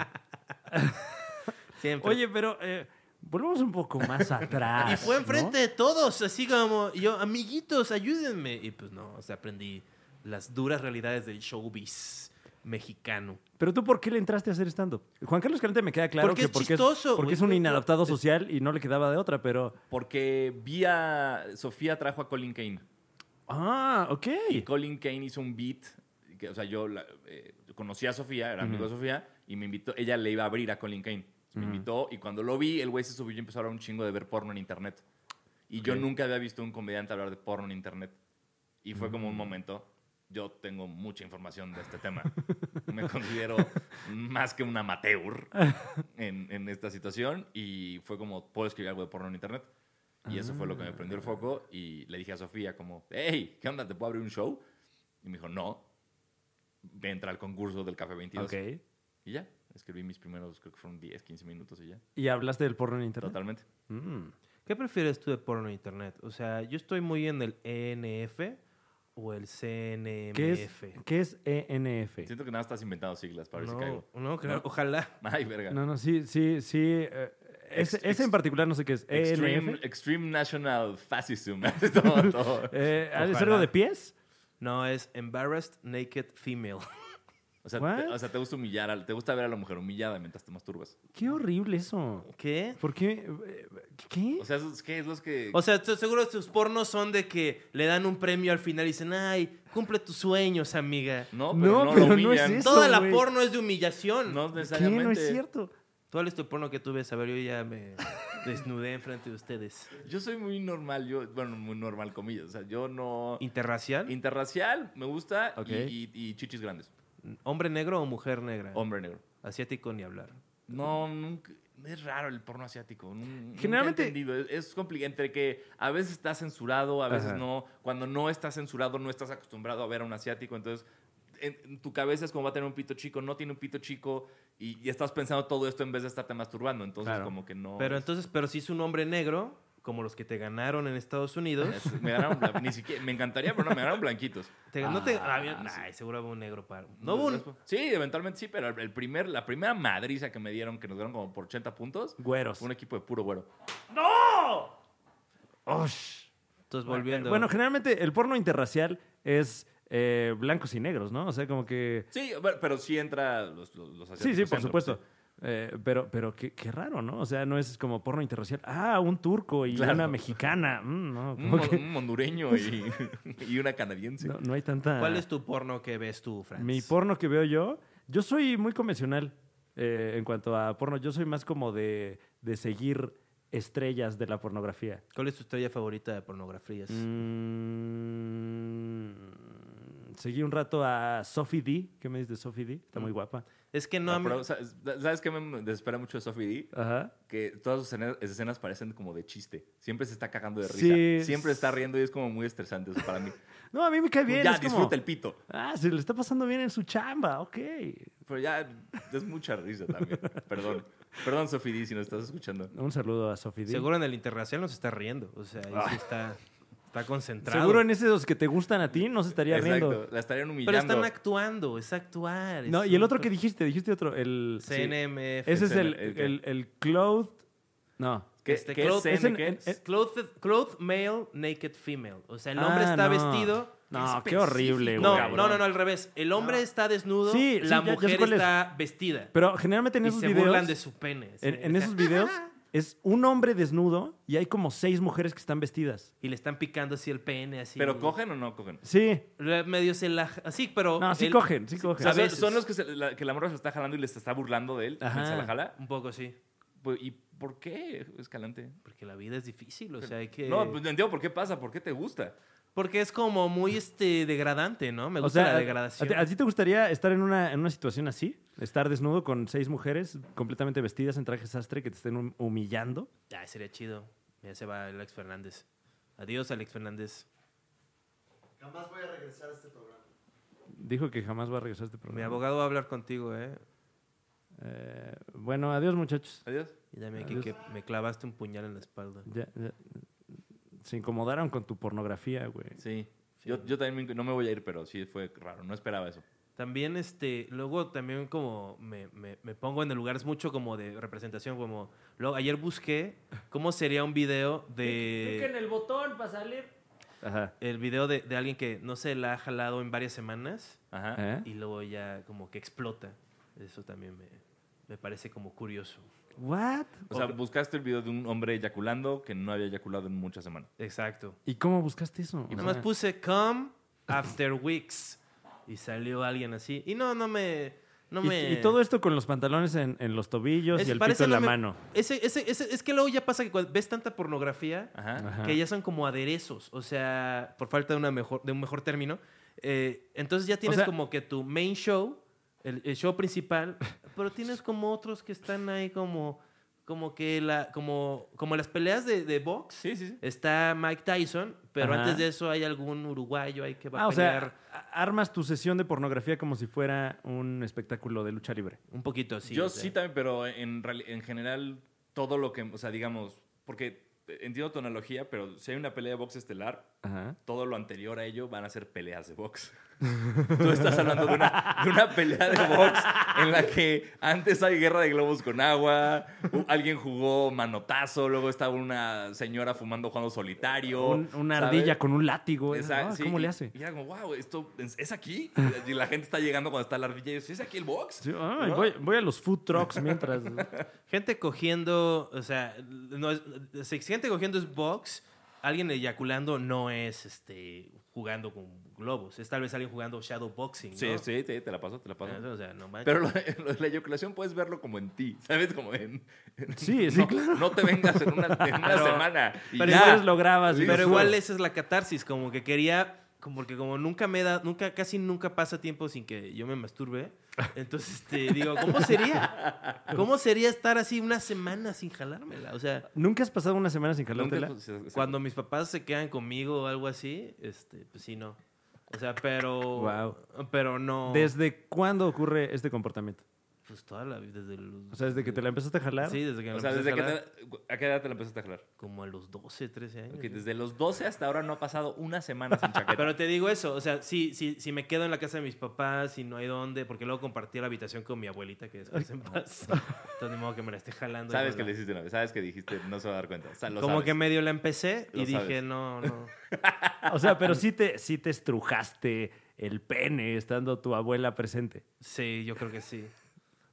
B: Siempre.
A: Oye, pero eh, Volvemos un poco más atrás.
B: Y fue
A: ¿no?
B: enfrente de todos, así como yo, amiguitos, ayúdenme. Y pues no, o sea, aprendí las duras realidades del showbiz mexicano.
A: Pero tú, ¿por qué le entraste a hacer stand-up? Juan Carlos Calante me queda claro
B: Porque
A: que
B: es chistoso,
A: porque
B: güey.
A: es un inadaptado social y no le quedaba de otra, pero.
C: Porque vía Sofía trajo a Colin Kane.
A: Ah, ok.
C: Y Colin Kane hizo un beat. Que, o sea, yo la- eh, conocí a Sofía, era amigo de Sofía, y me invitó. Ella le iba a abrir a Colin Kane. Entonces, Me invitó, y cuando lo vi, el güey se subió y empezó a hablar un chingo de ver porno en internet. Y yo
A: Ok.
C: nunca había visto a un comediante hablar de porno en internet. Y fue como un
A: Mm.
C: momento. Yo tengo mucha información de este
A: <laughs>
C: tema. Me considero más que un amateur en, en esta situación. Y fue como, puedo escribir algo de porno en internet. Y eso fue lo que
A: Ah.
C: me prendió el foco. Y le dije a Sofía como, hey, ¿qué onda? ¿Te puedo abrir un show? Y me dijo, no. Entra al concurso del Café 22.
A: Ok.
C: Y ya, escribí mis primeros, creo que fueron 10, 15 minutos y ya.
A: Y hablaste del porno en internet.
C: Totalmente.
A: Mm.
B: ¿Qué prefieres tú de porno en internet? O sea, yo estoy muy en el ENF o el CNMF.
A: ¿Qué, es, ¿Qué es E ENF?
C: Siento que nada estás inventando siglas para ver si
B: No,
C: caigo. <laughs>
B: no, claro, ojalá.
C: Ay, verga.
A: No, no, sí, sí, sí. eh, ese,
C: Ex-
A: ese en
C: ex-
A: particular no sé qué es. E
C: Extreme,
A: ENF.
C: Extreme National Fascism. <laughs>
A: <laughs>
C: todo, todo.
A: Eh, ¿ha de ser
B: Ojalá.
A: algo de pies?
B: No, es Embarrassed Naked Female.
C: O sea,
A: ¿What?
C: te, o sea, te gusta humillar, a- te gusta ver a la mujer humillada mientras te masturbas.
A: Qué horrible eso.
B: <laughs> ¿Qué?
A: ¿Por qué? Eh, ¿Qué?
C: O sea, esos- ¿qué es los que...?
B: O sea, estoy seguro sus pornos son de que le dan un premio al final y dicen, ay, cumple tus sueños, amiga.
C: no,
A: No,
C: pero no,
A: pero no
C: lo
A: es
C: humillan.
A: eso.
B: Toda la
A: güey.
B: porno es de humillación.
C: No
A: ¿Qué?
C: necesariamente.
A: No es cierto.
B: ¿Cuál es tu porno que tú ves? A ver, yo ya me desnudé enfrente de ustedes.
C: Yo soy muy normal, yo, bueno, muy normal comillas. O sea, yo no.
B: ¿Interracial?
C: Interracial, me gusta. y-
A: Ok.
C: Y, y chichis grandes.
B: ¿Hombre negro o mujer negra?
C: Hombre negro.
B: Asiático ni hablar.
C: No, nunca. Es raro el porno asiático. nun- nunca
A: Generalmente-
C: he entendido. Es, complicado. Entre que a veces está censurado, a veces
A: Ajá.
C: no. Cuando no está censurado, no estás acostumbrado a ver a un asiático. Entonces, en, en tu cabeza es como va a tener un pito chico, no tiene un pito chico. Y, y estás pensando todo esto en vez de estarte masturbando. Entonces,
A: Claro.
C: como que no.
B: Pero
C: es-
B: entonces, pero si es un hombre negro, como los que te ganaron en Estados Unidos.
C: es- me ganaron. blan- Ni siquiera. Me encantaría, pero no, me ganaron blanquitos.
B: Te, no te,
C: Ah,
B: ah, bien,
C: sí.
B: ay, seguro hubo un negro para. No hubo un.
C: Sí, eventualmente sí, pero el primer, la primera madriza que me dieron, que nos dieron como por 80 puntos,
A: Güeros.
C: fue un equipo de puro güero.
A: Osh.
B: Entonces, volviendo.
A: Bueno, generalmente el porno interracial es eh, blancos y negros, ¿no? O sea, como que.
C: Sí, pero- pero sí entra los, los, los
A: Sí, sí,
C: asiáticos
A: por
C: entran,
A: supuesto.
C: pues,
A: Eh, pero pero qué, qué raro, ¿no? O sea, no es como porno interracial. Ah, un turco y
C: Claro.
A: una mexicana. Mm, no,
C: sí. Un,
A: como que
C: <laughs> un hondureño y, <laughs> y una canadiense.
A: no, no hay tanta.
B: ¿cuál es tu porno que ves tú, Franz?
A: Mi porno que veo yo, yo soy muy convencional eh, en cuanto a porno. Yo soy más como de, de seguir estrellas de la pornografía.
B: ¿Cuál es tu estrella favorita de pornografías?
A: Pues, Mm, seguí un rato a Sophie D. ¿Qué me dices de Sophie D? Está
B: Mm.
A: muy guapa.
B: Es que no.
C: No,
B: a mí-
C: Ah, pero, ¿sabes, ¿sabes qué me desespera mucho de Sophie D?
A: Ajá.
C: Que todas sus escenas, escenas parecen como de chiste. Siempre se está cagando de risa.
A: Sí.
C: Siempre está riendo y es como muy estresante eso
A: <laughs>
C: para mí.
A: No, a mí me cae bien.
C: ya,
A: es como,
C: disfruta el pito.
A: Ah, se le está pasando bien en su chamba. Ok.
C: Pero ya es mucha risa también. Perdón. Perdón, Sophie D, si nos estás escuchando.
A: Un saludo a Sophie D.
B: Seguro en el internacional nos está riendo. O sea, ahí sí está, está concentrado.
A: Seguro en esos que te gustan a ti no se estaría
C: Exacto.
A: riendo.
C: La estarían humillando.
B: Pero están actuando, es actuar. es
A: No, y el otro
B: un-
A: que dijiste, dijiste otro. El,
B: CNMF.
A: Ese es el,
C: ¿El
A: el,
C: qué?
A: el clothed. No.
C: ¿Qué,
B: Este,
C: qué
B: Claude-
C: escena,
A: es en-
C: qué?
A: en- en-
B: Clothed, clothed male, naked female. O sea, el hombre
A: Ah,
B: está
A: no.
B: vestido.
A: No, qué
C: específico,
A: horrible, güey.
B: No,
C: cabrón.
B: no, no, no, al revés. El hombre está desnudo,
A: Ah. Sí, sí,
B: la
A: ya- ya sé
B: mujer
A: cuál es.
B: está vestida.
A: Pero generalmente en
B: y
A: esos
B: se
A: videos.
B: burlan de su pene. sí,
A: En, en
B: o sea,
A: esos videos es un hombre desnudo y hay como seis mujeres que están vestidas.
B: Y le están picando así el pene, así.
C: ¿Pero cogen o no cogen?
A: Sí.
B: Le- Medio se la. Así, pero.
A: No, sí
B: él-
A: cogen, sí cogen.
C: O sea,
B: A
C: son-
B: veces.
C: Son los que, se- la, que la morra se está jalando y les está burlando de él. y
A: Ajá.
C: Se la jala.
B: Un poco, sí.
C: Pues, ¿Y por qué, Escalante?
B: Porque la vida es difícil, o sea, hay que.
C: No, pues no entiendo por qué pasa, por qué te gusta.
B: Porque es como muy este degradante, ¿no? Me gusta
A: o sea,
B: la
A: a-
B: degradación.
A: A, ti- a ti te gustaría estar en una, en una situación así? Estar desnudo con seis mujeres completamente vestidas en traje sastre que te estén hum- humillando.
B: Ay, sería chido. Ya se va Alex Fernández. Adiós, Alex Fernández.
D: Jamás voy a regresar a este programa.
A: Dijo que jamás va a regresar a este
B: Mi
A: programa.
B: abogado va a hablar contigo, ¿eh?
A: Eh, bueno, adiós muchachos.
C: Adiós.
B: Y dame aquí que me clavaste un puñal en la espalda.
A: Ya- ya- Se incomodaron con tu pornografía, güey.
C: Sí. Yo, yo también me- no me voy a ir, pero sí fue raro. No esperaba eso.
B: También, este, luego también como me, me- me pongo en el lugar, es mucho como de representación, como, luego ayer busqué cómo sería un video de,
A: el botón para salir. Ajá.
B: el video de, de alguien que, no se la ha jalado en varias semanas
C: Ajá.
A: ¿Eh?
B: y luego ya como que explota. Eso también me, me parece como curioso.
A: ¿What?
C: O sea, buscaste el video de un hombre eyaculando que no había eyaculado en muchas semanas.
B: Exacto.
A: ¿Y cómo buscaste eso?
B: Y
A: O
B: nomás
A: sea,
B: puse come after weeks. Y salió alguien así. Y no, no me. No
A: y-
B: me
A: y, todo esto con los pantalones en, en los tobillos
B: Es-
A: y el pito
B: parece
A: en la
B: no me-
A: mano.
B: Ese, ese- ese- es que luego ya pasa que cuando ves tanta pornografía
C: Ajá.
A: Ajá.
B: ¿Ah? que ya son como aderezos. O sea, por falta de, una mejor, de un mejor término. eh, entonces ya tienes
A: sea-
B: como que tu main show, el, el show
A: <laughs>
B: principal, pero tienes como otros que están ahí como. Como que la. como, como las peleas de, de box.
C: Sí, sí, sí.
B: Está Mike Tyson, pero
A: Ajá.
B: antes de eso hay algún uruguayo ahí que va
A: Ah,
B: a
A: o
B: pelear.
A: sea, a- armas tu sesión de pornografía como si fuera un espectáculo de lucha libre.
B: Un poquito así.
C: Yo
B: o sea.
C: sí también, pero en, reali- en general todo lo que, o sea, digamos, porque eh, entiendo tu analogía, pero si hay una pelea de box estelar,
A: Ajá.
C: todo lo anterior a ello van a ser peleas de box. <laughs> Tú estás hablando de una, de una pelea de box en la que antes hay guerra de globos con agua, u- alguien jugó manotazo, luego estaba una señora fumando jugando solitario.
A: Un- una
C: ¿sabes?
A: ardilla con un látigo. ¿eh?
C: Esa-
A: Ah,
C: sí,
A: ¿Cómo
C: y-
A: le hace?
C: Y era como, wow, ¿esto es, es aquí? Y la gente está llegando cuando está la ardilla y dice, ¿es aquí el box?
A: Sí, ay, voy, voy a los food trucks
B: <laughs>
A: mientras.
B: Gente cogiendo, o sea, no es- si gente cogiendo es box, alguien eyaculando no es este jugando con globos, es tal vez alguien jugando shadow boxing, ¿no? Ah,
C: Sí, sí, te, te la paso, te la paso.
B: O sea, no manches.
C: Pero lo, lo de la eyaculación puedes verlo como en ti, ¿sabes? Como en... <laughs>
A: Sí, sí,
C: no,
A: claro.
C: no te vengas en una, en una
B: Pero-
C: semana. y
A: Pero
C: ya.
A: igual lo grabas.
C: Sí,
A: y lo
B: Pero
A: subes.
B: igual esa es la catarsis, como que quería, como que como nunca me da, nunca, casi nunca pasa tiempo sin que yo me
C: <laughs>
B: masturbe. Entonces este, digo, ¿cómo sería? ¿Cómo sería estar así una semana sin jalármela? O sea,
A: ¿Nunca has pasado una semana sin
C: Nunca-
A: jalártela?
C: sí, sí, sí.
B: cuando mis papás se quedan conmigo o algo así, este, pues sí, no. O sea, pero.
A: Guau.
B: Pero no.
A: ¿Desde cuándo ocurre este comportamiento?
B: Pues toda la vida, desde los.
A: O sea, desde que te la empezaste a jalar.
B: Sí, desde que
C: O
B: me
C: sea,
B: empecé
C: desde
B: a
C: que
B: jalar,
C: te- ¿a qué edad te la empezaste a jalar?
B: Como a los 12, 13 años.
C: Ok, desde los 12 hasta ahora no ha pasado una semana sin chaqueta.
B: Pero te digo eso, o sea, si, si, si me quedo en la casa de mis papás y no hay dónde, porque luego compartí la habitación con mi abuelita, que descansa en paz. Entonces, ni modo que me la esté jalando.
C: sabes que
B: Híjole.
C: le hiciste una vez, sabes que dijiste, no se va a dar cuenta. O sea, lo
B: Como
C: sabes.
B: que medio la empecé
C: Lo
B: y dije,
C: sabes.
B: no, no.
A: O sea, pero sí te, sí te estrujaste el pene estando tu abuela presente.
B: Sí, yo creo que sí.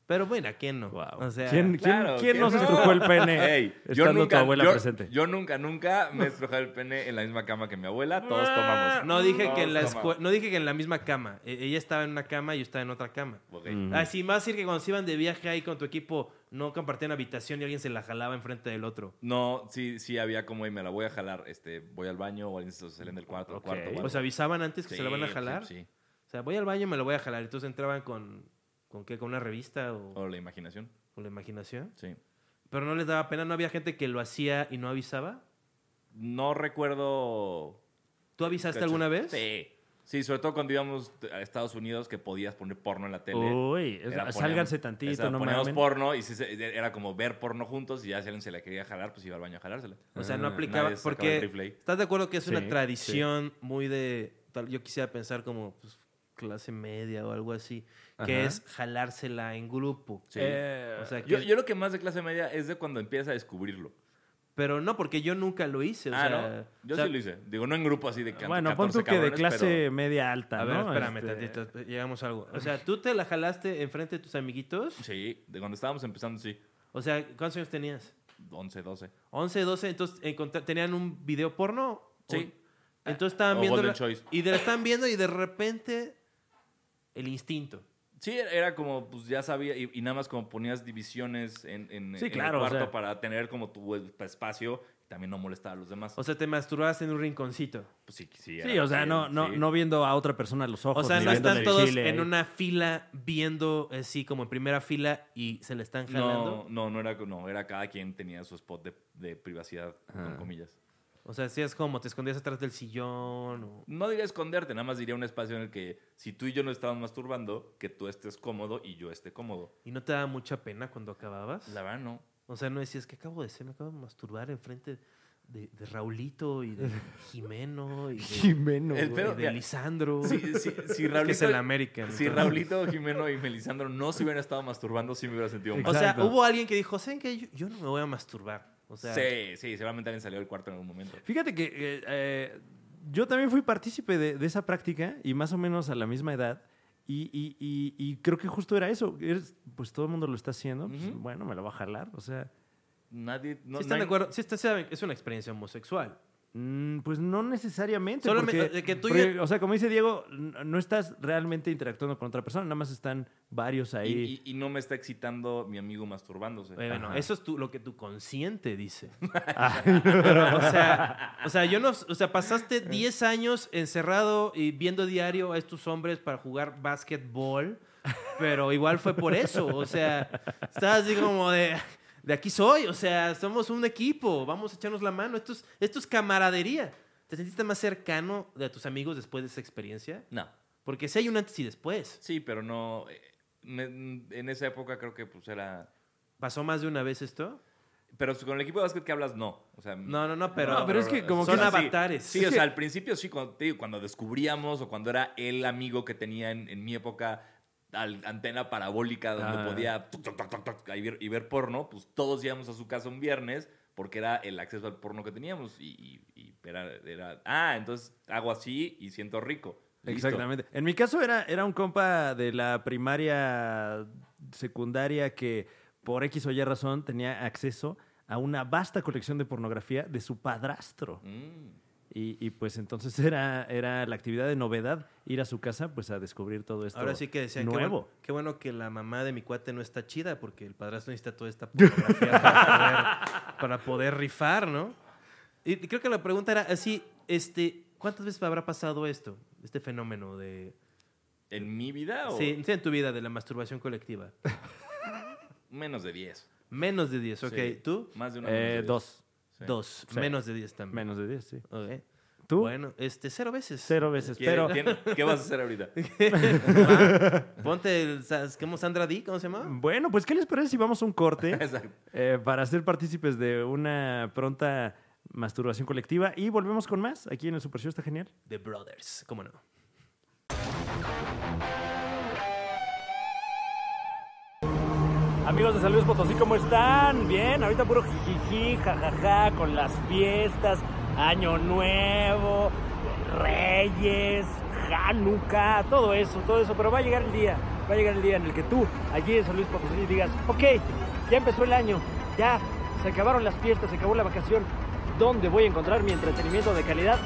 B: Pero bueno, ¿a quién no?
A: Wow.
B: O sea,
A: ¿Quién-
C: Claro,
A: quién
C: que
A: nos
C: no.
A: estrujó el pene
C: <laughs> Ey, yo
A: estando tu
C: nunca-
A: abuela
C: yo-
A: presente?
C: Yo nunca, nunca me he estrujado el pene en la misma cama que mi abuela. Todos tomamos.
B: No dije,
C: Todos
B: que en la
C: tomamos.
B: escue- no dije que en la misma cama. E- ella estaba en una cama y yo estaba en otra cama.
C: Ok.
B: Así más decir que cuando se iban de viaje ahí con tu equipo, no compartían habitación y alguien se la jalaba enfrente del otro.
C: No, sí, sí había como, y me la voy a jalar, este, voy al baño o alguien se salen del cuarto,
A: Ok.
C: cuarto,
A: Bueno.
B: O sea, avisaban antes que
C: Sí,
B: se la van a jalar.
C: Sí, sí.
B: O sea, voy al baño y me la voy a jalar. Entonces entraban con, ¿con qué? ¿Con una revista o
C: O la imaginación,
B: con la imaginación?
C: sí.
B: Pero no les daba pena, no había gente que lo hacía y no avisaba.
C: No recuerdo...
B: ¿Tú avisaste
C: ¿Cacho?
B: alguna vez?
C: Sí. Sí, sobre todo cuando íbamos a Estados Unidos que podías poner porno en la tele.
A: Uy, es-
C: Era, poníamos-
A: sálganse
C: esa,
A: tantito, no
C: Poníamos
A: mamen.
C: porno y sí se- era como ver porno juntos y ya si alguien se la quería jalar, pues iba al baño a jalársela.
B: O sea, no
A: Ah,
B: aplicaba.
C: nadie sacaba el
B: Porque
C: replay.
B: estás de acuerdo que es
A: Sí,
B: una tradición muy de. tal- yo quisiera pensar como pues, clase media o algo así. Que
A: Ajá.
B: es jalársela en grupo.
C: Sí.
A: Eh,
B: O sea, que-
C: Yo, yo lo que más de clase media es de cuando empiezas a descubrirlo.
B: Pero no, porque yo nunca lo hice. O
C: ah,
B: sea,
C: ¿no? Yo
B: o sea,
C: sí lo hice. Digo, no en grupo así de que
A: bueno, pon
C: 14
A: tú que de
C: cabrones,
A: clase
C: pero-
A: media alta,
B: A ver,
A: ¿no?
B: espérame
A: Este,
B: tantito, llegamos a algo. O sea, ¿tú te la jalaste enfrente de tus amiguitos?
C: Sí, de cuando estábamos empezando, sí.
B: O sea, ¿cuántos años tenías?
C: 11, 12.
B: 11, 12, entonces encontra- tenían un video porno. ¿O-
C: Sí. Ah,
B: Entonces estaban
C: O
B: viendo.
C: Golden
B: la-
C: Choice.
B: y de, la estaban viendo y de repente el instinto.
C: Sí, era como, pues ya sabía, y, y nada más como ponías divisiones en, en-
A: Sí,
C: en
A: claro, o
C: el cuarto
A: sea.
C: para tener como tu espacio y también no molestar a los demás.
B: O sea, te masturbabas en un rinconcito.
C: Pues sí, sí,
A: Sí,
C: era-
A: o sea,
C: sí,
A: no, no,
C: sí.
A: no viendo a otra persona a los
B: O
A: ojos.
B: sea,
A: ni
B: no están
A: viéndole el
B: todos
A: chile
B: en
A: ahí.
B: una fila viendo así como en primera fila y se le están jalando.
C: No, no, no era, no, era cada quien tenía su spot de, de privacidad, con comillas.
B: O sea, si es como te escondías atrás del sillón. o-
C: No diría esconderte, nada más diría un espacio en el que si tú y yo no estábamos masturbando, que tú estés cómodo y yo esté cómodo.
B: Y no te daba mucha pena cuando acababas.
C: La verdad, no.
B: O sea, no decías que acabo de hacer, me acabo de masturbar enfrente. de, de Raulito y de Jimeno y de,
A: <laughs> Jimeno.
C: El
A: güey.
C: pedo-
B: y de Lisandro.
C: Si, si, si
B: <laughs> Es que es
C: Raulito,
B: el América.
C: si
B: entonces.
C: Raulito, Jimeno y Melisandro no se hubieran estado masturbando, sí me hubiera sentido mal.
B: O sea,
A: Exacto.
B: hubo alguien que dijo, ¿saben qué? Yo, yo no me voy a masturbar. O sea,
C: sí, sí, seguramente alguien salió del cuarto en algún momento.
A: Fíjate que eh, eh, yo también fui partícipe de, de esa práctica y más o menos a la misma edad. Y, y- y- y creo que justo era eso. Es- pues todo el mundo lo está haciendo. pues,
C: Ujú.
A: Bueno, me lo va a jalar. O sea,
C: Nadie. No,
B: ¿sí están
C: nadie-
B: de acuerdo? Sí está- saben, es una experiencia homosexual.
A: mm, pues no necesariamente.
B: Solamente-
A: porque-
B: de que tú y
A: porque,
B: yo-
A: O sea, como dice Diego, n- no estás realmente interactuando con otra persona. Nada más están varios
C: Y,
A: ahí.
C: y- y no me está excitando mi amigo masturbándose.
B: Eh, Bueno,
A: Ajá.
B: eso es tu- lo que tu consciente dice. <laughs> o, sea, o sea, yo no, o sea, pasaste 10 años encerrado y viendo diario a estos hombres para jugar básquetbol, pero igual fue por eso. O sea, estabas así como de, de aquí soy, o sea, somos un equipo, vamos a echarnos la mano. Esto es, esto es camaradería. ¿Te sentiste más cercano de tus amigos después de esa experiencia?
C: No.
B: Porque si hay un antes y después.
C: Sí, pero no. eh, me- en esa época creo que pues era.
B: ¿Pasó más de una vez esto?
C: Pero con el equipo de básquet que hablas, no. O sea,
B: No, no, no, pero...
A: No, pero es que como
B: son
A: que-
B: avatares.
C: Sí, o sea, al principio sí, cuando, te digo, cuando descubríamos o cuando era el amigo que tenía en, en mi época al- antena parabólica donde
A: Ah.
C: podía tuc, tuc, tuc, tuc, tuc, y, ver, y ver porno, pues todos íbamos a su casa un viernes porque era el acceso al porno que teníamos y, y- y era, era, ah, entonces hago así y siento rico. Listo.
A: Exactamente. En mi caso era, era un compa de la primaria secundaria que por X o Y razón tenía acceso a una vasta colección de pornografía de su padrastro.
C: Mm.
A: Y, y, pues entonces era, era la actividad de novedad ir a su casa pues a descubrir todo esto.
B: Ahora sí que decían, qué
A: nuevo.
B: bueno, qué bueno que la mamá de mi cuate no está chida, porque el padrastro necesita toda esta pornografía para,
A: <laughs>
B: poder, para poder rifar, ¿no? Y creo que la pregunta era así, este, ¿cuántas veces habrá pasado esto, este fenómeno de...
C: ¿En mi vida
A: Oh.
C: o
B: Sí, sí, en tu vida, de la masturbación colectiva.
C: menos de 10?
B: Menos de 10, ok.
C: Sí.
B: ¿Tú?
C: Más de una. menos de
A: Eh,
C: 10.
A: dos.
C: Sí.
B: Dos.
A: Sí.
B: Menos de 10 también.
A: Menos de diez, sí.
B: Ok.
A: ¿Tú?
B: Bueno, este, cero veces.
A: Cero veces.
C: ¿Qué,
A: Pero
C: tien- ¿Qué vas a hacer ahorita?
B: Ah, Ponte el, ¿sabes ¿cómo Sandra D? ¿Cómo se llama?
A: bueno, pues ¿qué les parece si vamos a un corte?
C: Exacto.
A: eh, para ser partícipes de una pronta masturbación colectiva. Y volvemos con más aquí en el Super Show, está genial.
B: The Brothers, ¿cómo no?
A: Amigos de Saludos Potosí, ¿cómo están? Bien, ahorita puro jijiji, jajaja, con las fiestas, Año Nuevo, Reyes, Hanukkah, todo eso, todo eso. Pero va a llegar el día, va a llegar el día en el que tú, allí en San Luis Potosí, digas, ok, ya empezó el año, ya, se acabaron las fiestas, se acabó la vacación, ¿dónde voy a encontrar mi entretenimiento de calidad?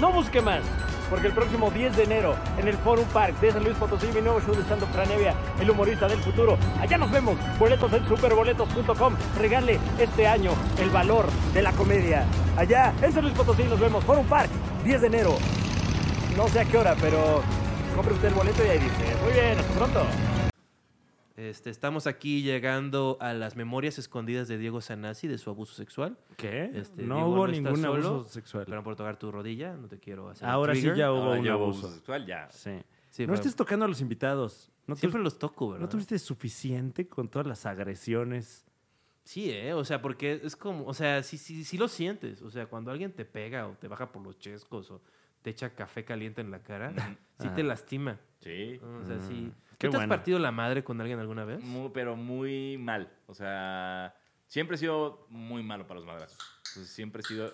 A: No busque más, porque el próximo 10 de enero, en el Forum Park de San Luis Potosí, mi nuevo show de stand-up Franevia, el humorista del futuro. Allá nos vemos. Boletos en superboletos.com. Regale este año el valor de la comedia. Allá en San Luis Potosí nos vemos. Forum Park, 10 de enero. No sé a qué hora, pero compre usted el boleto y ahí dice. Muy bien, hasta pronto.
B: Este, estamos aquí llegando a las memorias escondidas de Diego Sanasi de su abuso sexual.
A: ¿Qué?
B: Este, Diego está solo, Pero por tocar tu rodilla, no te quiero hacer. trigger.
C: Ahora Ah, ya hubo abuso sexual, ya.
B: Sí, No pero- estés
A: tocando a los invitados.
B: Siempre los toco, ¿verdad?
A: suficiente con todas las agresiones?
B: Sí, ¿eh? O sea, porque es como. O sea, sí, sí, sí lo sientes. O sea, cuando alguien te pega o te baja por los chescos o te echa café caliente en la cara, sí te lastima.
C: Sí.
B: O sea, sí.
A: Qué
B: ¿Tú te has
A: bueno.
B: partido la madre con alguien alguna vez?
C: Mm, Mu- pero muy mal. O sea, siempre he sido muy malo para los madrazos. Entonces, siempre he sido.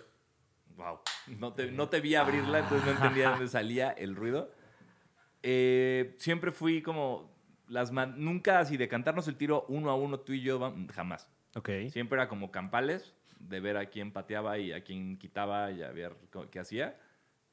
C: Wow. No te, no te vi abrirla, entonces no entendía dónde salía el ruido. Eh, siempre fui como. Las man- Nunca así de cantarnos el tiro uno a uno tú y yo, vam- jamás.
A: Ok.
C: Siempre era como campales, de ver a quién pateaba y a quién quitaba y a ver co- qué hacía.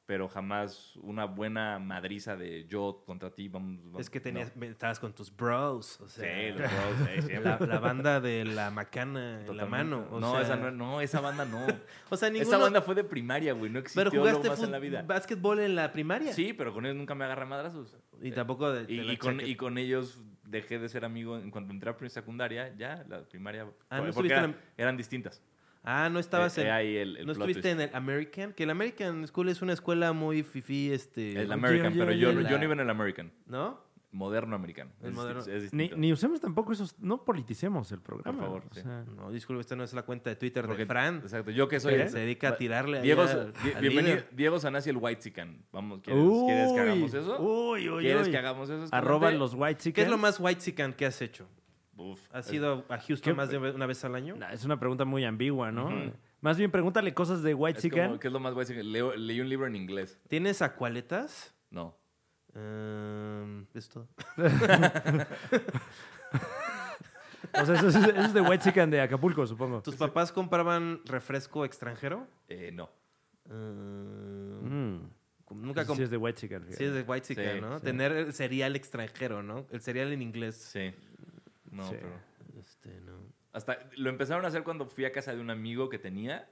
C: Pero jamás una buena madriza de yo contra ti. Vamos, vamos.
B: Es que <laughs> tenías, estabas con tus bros. O
C: No.
B: sea,
C: Sí, los dos, sí, siempre.
B: la, la banda de la macana en la mano.
C: Totalmente.
B: o
C: no,
B: sea-
C: esa no, no, esa
B: <laughs>
C: banda no.
B: O sea, ninguno...
C: esa banda fue de primaria, güey. No
B: Pero
C: existió
B: jugaste
C: lo más en
B: fut-
C: la vida.
B: básquetbol en la primaria.
C: Sí, pero con ellos nunca me agarré a madrazos.
B: Y tampoco de, de
C: Y,
B: la
C: y con,
B: chaqueta.
C: y con ellos dejé de ser amigo en cuanto entré a prim- secundaria, ya, la primaria.
B: Ah, ¿no
C: porque
B: estuviste en
C: eran, eran distintas.
B: Ah, no estabas
C: Eh,
B: en...
C: eh, ahí el- el
B: no
C: plot
B: estuviste en
C: twist.
B: el American. Que el American School es una escuela muy fifí, este...
C: El American,
A: oye,
C: pero
A: oye,
C: yo,
B: oye,
C: yo
B: la-
C: no iba en el American.
B: ¿No?
C: moderno americano.
B: El
C: Es
B: moderno.
C: disti- es
A: Ni,
C: distinto.
A: ni usemos tampoco esos. No politicemos el programa.
C: Por favor,
A: o
C: sí.
A: sea.
B: Ah, No, disculpe, esta no es la cuenta de Twitter
C: Porque-
B: de Fran.
C: Exacto, yo que soy.
B: que se dedica a tirarle allá
C: Diego,
B: al-
C: Di-
B: al
C: bienvenido,
B: líder.
C: Diego Sanasi, el White Sican. Vamos, ¿quieres, ¿quieres que hagamos
A: Uy,
C: eso?
A: Uy, uy,
C: ¿Quieres
A: uy.
C: que hagamos eso? Es que
A: Arroba
C: ponte-
A: los White
B: ¿Qué
A: Chickens.
B: es lo más white que has hecho?
C: Uf,
B: ¿Has
C: es-
B: ido a Houston más de una vez al año?
A: Nah, es una pregunta muy ambigua, ¿no?
C: Ujú.
A: Más bien pregúntale cosas de White
C: es
A: Chicken.
C: como, ¿Qué es lo más White Sican? Leo- leí un libro en inglés.
B: ¿Tienes acualetas?
C: No.
B: Ehm, es todo.
A: O sea, eso es, eso es de White Chicken de Acapulco, supongo.
C: pues
B: ¿Tus papás compraban refresco extranjero?
C: Eh, no.
B: Ehm,
A: Mm.
B: Nunca
A: Sí,
B: comp-
A: es de White Chicken.
B: Sí, es de white chicken,
C: Sí,
B: ¿no?
C: sí.
B: Tener el cereal extranjero, ¿no? El cereal en inglés.
C: Sí. No,
A: Sí.
C: pero.
B: Este, no.
C: Hasta lo empezaron a hacer cuando fui a casa de un amigo que tenía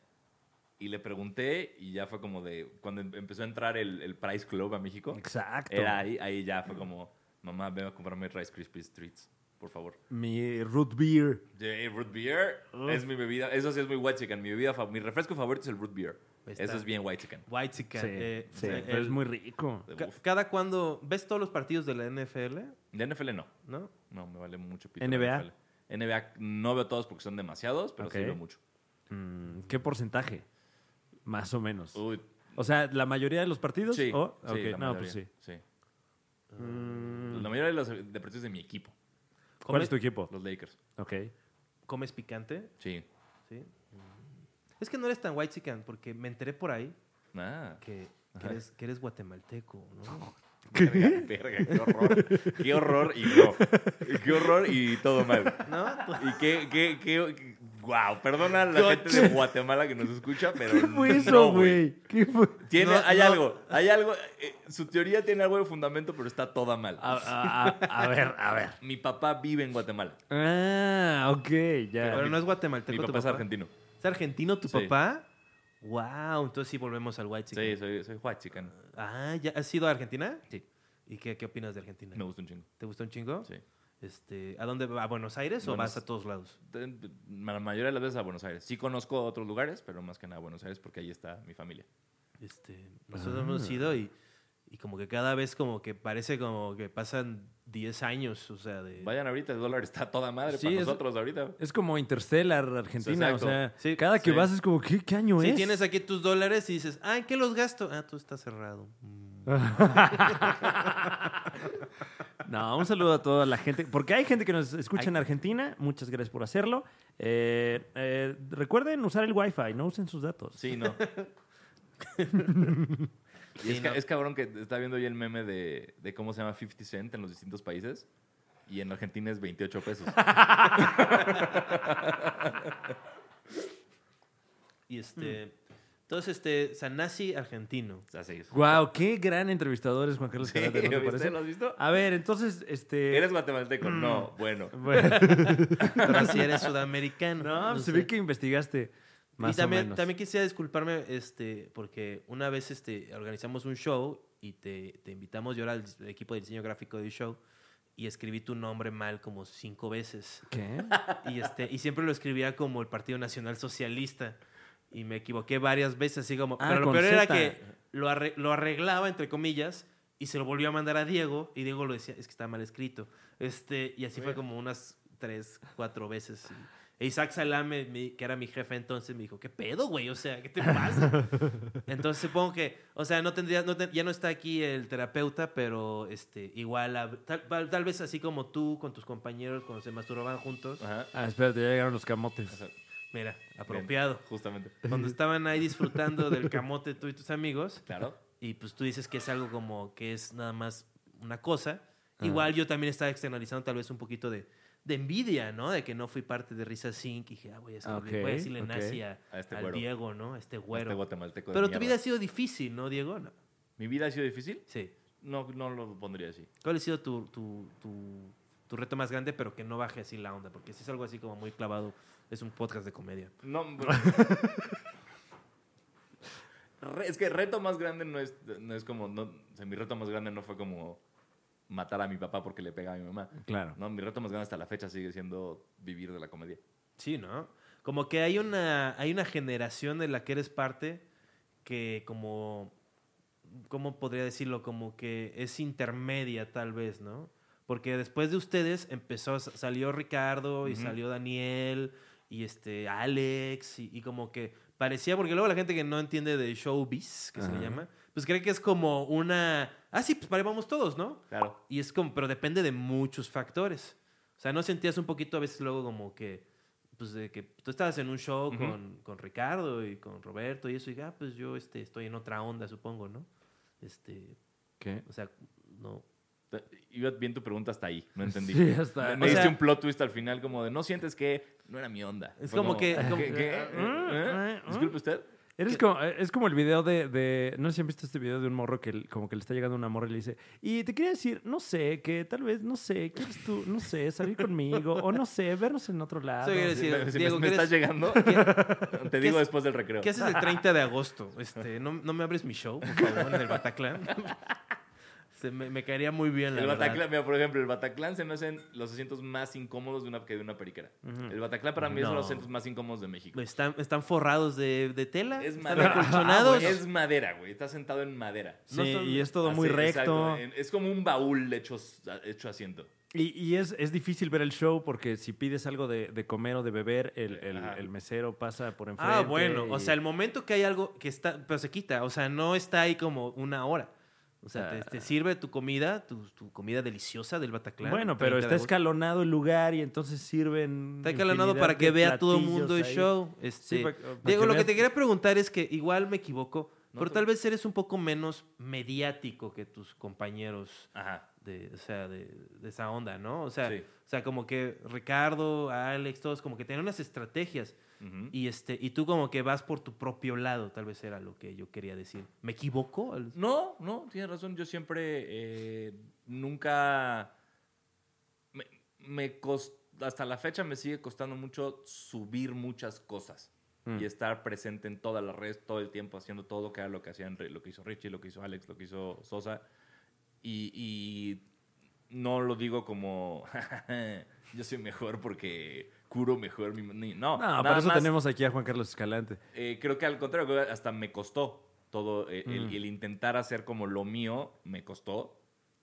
C: y le pregunté y ya fue como de. Cuando em- empezó a entrar el, el Price Club a México,
A: Exacto.
C: era ahí, ahí ya fue como: Mamá, ven a comprarme Rice Krispies Treats, por favor.
A: Mi root beer.
C: De root beer es mi bebida. Eso sí es muy white chicken. Mi bebida, fa- mi refresco favorito es el root beer.
B: Ahí
C: Eso
B: está.
C: es bien white chicken.
B: White chicken.
A: Sí,
B: eh,
A: sí,
B: eh,
A: pero es
B: el-
A: muy rico.
C: De,
B: ca-
C: uf.
B: cada cuando ves todos los partidos de la NFL,
C: De NFL no.
B: ¿no?
C: No, me vale mucho pito.
A: NBA.
C: la NFL. NBA no veo todos porque son demasiados, pero
A: Ok.
C: sí veo mucho.
A: Mm, ¿Qué porcentaje? Más o menos.
C: Uy,
A: O sea, ¿la mayoría de los partidos?
C: sí.
A: ¿O?
C: sí,
A: Ok,
C: la
A: no,
C: mayoría,
A: pues sí.
C: La mayoría de los de partidos de mi equipo,
A: ¿Cuál
B: Come-
A: es tu equipo?
C: los Lakers.
A: Ok.
B: ¿Comes picante?
C: Sí.
B: ¿Sí? Es que no eres tan white chicken porque me enteré por ahí
C: Ah,
B: que, que eres, que eres guatemalteco, ¿no?
C: verga, verga, qué horror. Qué horror y no. Qué horror y todo mal.
B: ¿No?
C: Y qué, qué, qué. Wow, perdona a la gente de Guatemala que nos escucha, pero.
A: ¿Qué fue
C: <laughs> no,
A: eso, güey? ¿Qué fue?
C: Tiene,
B: No,
C: hay
B: no.
C: algo, hay algo. eh, su teoría tiene algo de fundamento, pero está toda mal.
A: A, a- a- a ver, a ver.
C: Mi papá vive en Guatemala.
A: Ah, ok, ya.
B: Pero no es guatemalteco
C: Mi papá,
B: tu
C: es argentino.
B: ¿Es argentino tu
C: Sí.
B: papá? Wow, entonces sí volvemos al white
C: Sí,
B: chicken.
C: soy, soy huachican.
B: Ah, ¿ya has ido a Argentina?
C: Sí.
B: ¿Y qué, qué opinas de Argentina?
C: Me gusta un chingo.
B: ¿Te gustó un chingo?
C: Sí.
B: Este, ¿A dónde? va? ¿A Buenos Aires o
C: Buenos-
B: vas a todos lados?
C: La mayoría de las veces a Buenos Aires. Sí conozco otros lugares, pero más que nada a Buenos Aires porque ahí está mi familia.
B: Este, nosotros
A: Ah.
B: hemos ido y, y como que cada vez como que parece como que pasan 10 años, o sea, de...
C: Vayan ahorita, el dólar está a toda madre
A: Sí,
C: para
A: es-
C: nosotros ahorita.
A: Es como Interstellar Argentina,
C: Exacto.
A: o sea,
B: Sí,
A: cada que
C: sí.
A: vas es como, ¿qué, qué año
B: Si
A: es?
B: tienes aquí tus dólares y dices, ah, ¿en qué los gasto? Ah, tú estás cerrado. Mm.
A: No, un saludo a toda la gente, porque hay gente que nos escucha en Argentina, muchas gracias por hacerlo. Eh, eh, recuerden usar el Wi-Fi, no usen sus datos.
C: Sí, no. Y
B: Sí,
C: es, ca-
B: no.
C: es cabrón que está viendo hoy el meme de, de cómo se llama 50 Cent en los distintos países. Y en Argentina es 28 pesos.
B: Y este...
A: Mm.
B: Entonces, este,
A: <laughs>
B: Sanasi argentino.
C: Así es.
A: Wow, qué gran entrevistador es Juan Carlos
C: <laughs> Sí,
A: Carate, ¿no te
C: ¿viste?
A: parece? Ah,
C: ¿Lo has visto?
A: A ver, entonces, este...
C: ¿Eres guatemalteco? No, bueno.
A: Bueno,
B: Pero si eres sudamericano.
A: no, pues,
B: no
A: se
B: sé.
A: ve que investigaste más
B: y también,
A: o menos.
B: también quisiera disculparme, este, porque una vez este, organizamos un show y te, te invitamos, yo era el equipo de diseño gráfico del show, y escribí tu nombre mal como cinco veces.
A: ¿Qué?
B: Y, este, y siempre lo escribía como el Partido Nacional Socialista. Y me equivoqué varias veces, así como...
A: Ah,
B: pero lo
A: con
B: peor era
A: Z.
B: que lo, arre- lo arreglaba, entre comillas, y se lo volvió a mandar a Diego, y Diego lo decía, es que está mal escrito. Este, y así fue como unas tres, cuatro veces. Y- e Isaac Salame, mi- que era mi jefe entonces, me dijo, ¿qué pedo, güey? O sea, ¿qué te
A: <laughs>
B: pasa? entonces supongo que, o sea, no tendría, no te- ya no está aquí el terapeuta, pero este, igual, hab- tal, tal- tal vez así como tú, con tus compañeros, cuando se masturbaban juntos.
C: Ajá.
A: Ah, espérate, ya llegaron los camotes.
B: Mira, apropiado.
C: Justamente.
B: Cuando estaban ahí disfrutando del camote tú y tus amigos,
C: Claro.
B: y pues tú dices que es algo como que es nada más una cosa, igual yo también estaba externalizando tal vez un poquito de, de envidia, ¿no? De que no fui parte de Risa Sync y dije, ah, voy a escribirle,
A: Ok,
B: voy a decirle
A: ok.
B: nazi a,
C: A este
B: al
C: güero.
B: Diego, ¿no? A este güero.
C: Este guatemalteco de
B: Pero tu
C: mierda.
B: vida ha sido difícil, ¿no, Diego? No.
C: ¿Mi vida ha sido difícil?
B: Sí.
C: No, no lo pondría así.
B: ¿Cuál ha sido tu, tu, tu- tu reto más grande, pero que no baje así la onda? Porque si es algo así como muy clavado, es un podcast de comedia.
C: <laughs> No, pero- Re- es que reto más grande no es, no es como. No, o sea, mi reto más grande no fue como matar a mi papá porque le pegaba a mi mamá.
A: Claro.
C: No, mi reto más grande hasta la fecha sigue siendo vivir de la comedia.
B: Sí, ¿no? Como que hay una, hay una generación de la que eres parte que como, ¿cómo podría decirlo? Como que es intermedia tal vez, ¿no? Porque después de ustedes empezó, salió Ricardo y
C: Ujú.
B: salió Daniel y este Alex y, y como que parecía, porque luego la gente que no entiende de showbiz, que se
A: Ajá.
B: le llama, pues cree que es como una, ah, sí, pues para ahí vamos todos, ¿no?
C: Claro.
B: Y es como, pero depende de muchos factores. O sea, ¿no sentías un poquito a veces luego como que, pues de que tú estabas en un show
C: Ujú.
B: con, con Ricardo y con Roberto y eso, y ah, pues yo este, estoy en otra onda, supongo, ¿no? Este,
A: ¿Qué?
B: o sea, no.
C: Te- Iba bien tu pregunta hasta ahí, no entendí.
A: Sí, hasta-
C: Me,
A: o
C: me diste
B: sea-
C: un plot twist al final como de no sientes que no era mi onda.
B: Es
C: Fue
B: como que- ah, como-
C: ¿qué, qué? ¿Eh? ¿Eh? Disculpe usted.
A: Eres como, es como el video de, de- No sé si han visto este video de un morro que el- como que le está llegando una morra y le dice. Y te quería decir, no sé, que tal vez, no sé, quieres tú, no sé, salir conmigo, o no sé, vernos en otro lado.
B: Eso quiere decir,
C: Me- si me-
B: Diego,
C: me
B: que
C: estás
B: eres-
C: llegando, te
B: <laughs>
C: digo
B: qué-
C: después del recreo.
B: ¿Qué haces el 30 de
C: <laughs>
B: agosto? Este, ¿no, no me abres mi show, por favor, en el Bataclan? <laughs> Se me, me caería muy bien, la
C: El
B: verdad.
C: Bataclan, mira, por ejemplo, el Bataclan se me hacen los asientos más incómodos de una, que de una periquera. El Bataclan para mí es
B: No.
C: uno de los asientos más incómodos de México.
B: Están, están forrados de, de tela,
C: Es
B: están
C: madera.
B: acolchonados.
C: <laughs> Ah, bueno. Es madera, güey. Está sentado en madera.
A: Sí,
B: no son-
A: y es todo muy
C: Así,
A: recto.
C: exacto. En- Es como un baúl hecho, hecho asiento.
A: Y, y es, es difícil ver el show porque si pides algo de, de comer o de beber, el, el-
C: Ajá.
A: el mesero pasa por enfrente.
B: Ah, bueno, o
A: y-
B: sea, el momento que hay algo que está, pero se quita, o sea, no está ahí como una hora. O sea, te,
A: Ah.
B: te sirve tu comida, tu, tu comida deliciosa del Bataclan.
A: bueno, pero
B: 30
A: está
B: de agosto.
A: escalonado el lugar y entonces sirven.
B: Está escalonado
A: infinidad
B: para que
A: de
B: vea todo el
A: platillos
B: mundo el
A: ahí.
B: show. Este,
A: Sí, pa- pa'
B: Diego,
A: que
B: lo que
A: veas- Mm.
B: te quería preguntar es que igual me equivoco,
C: No
B: pero
C: te-
B: tal vez eres un poco menos mediático que tus compañeros
C: Ajá.
B: de, o sea, de, de esa onda, ¿no? O sea,
C: Sí.
B: o sea, como que Ricardo, Alex, todos como que tienen unas estrategias.
C: Ujú.
B: Y, este, y tú como que vas por tu propio lado, tal vez era lo que yo quería decir. ¿Me equivoco? al-
C: No, no, tienes razón. Yo siempre eh, nunca. Me, me cos- Hasta la fecha me sigue costando mucho subir muchas cosas
A: Mm.
C: y estar presente en todas las redes todo el tiempo haciendo todo que era lo que hacían, Ri- lo que hizo Richie, lo que hizo Alex, lo que hizo Sosa. Y, y no lo digo como <laughs> yo soy mejor porque curo mejor mi. ni- No,
A: No,
C: nada
A: para eso
C: más,
A: tenemos aquí a Juan Carlos Escalante.
C: eh, creo que al contrario, creo que hasta me costó todo eh,
B: Mm.
C: el, el intentar hacer como lo mío, me costó.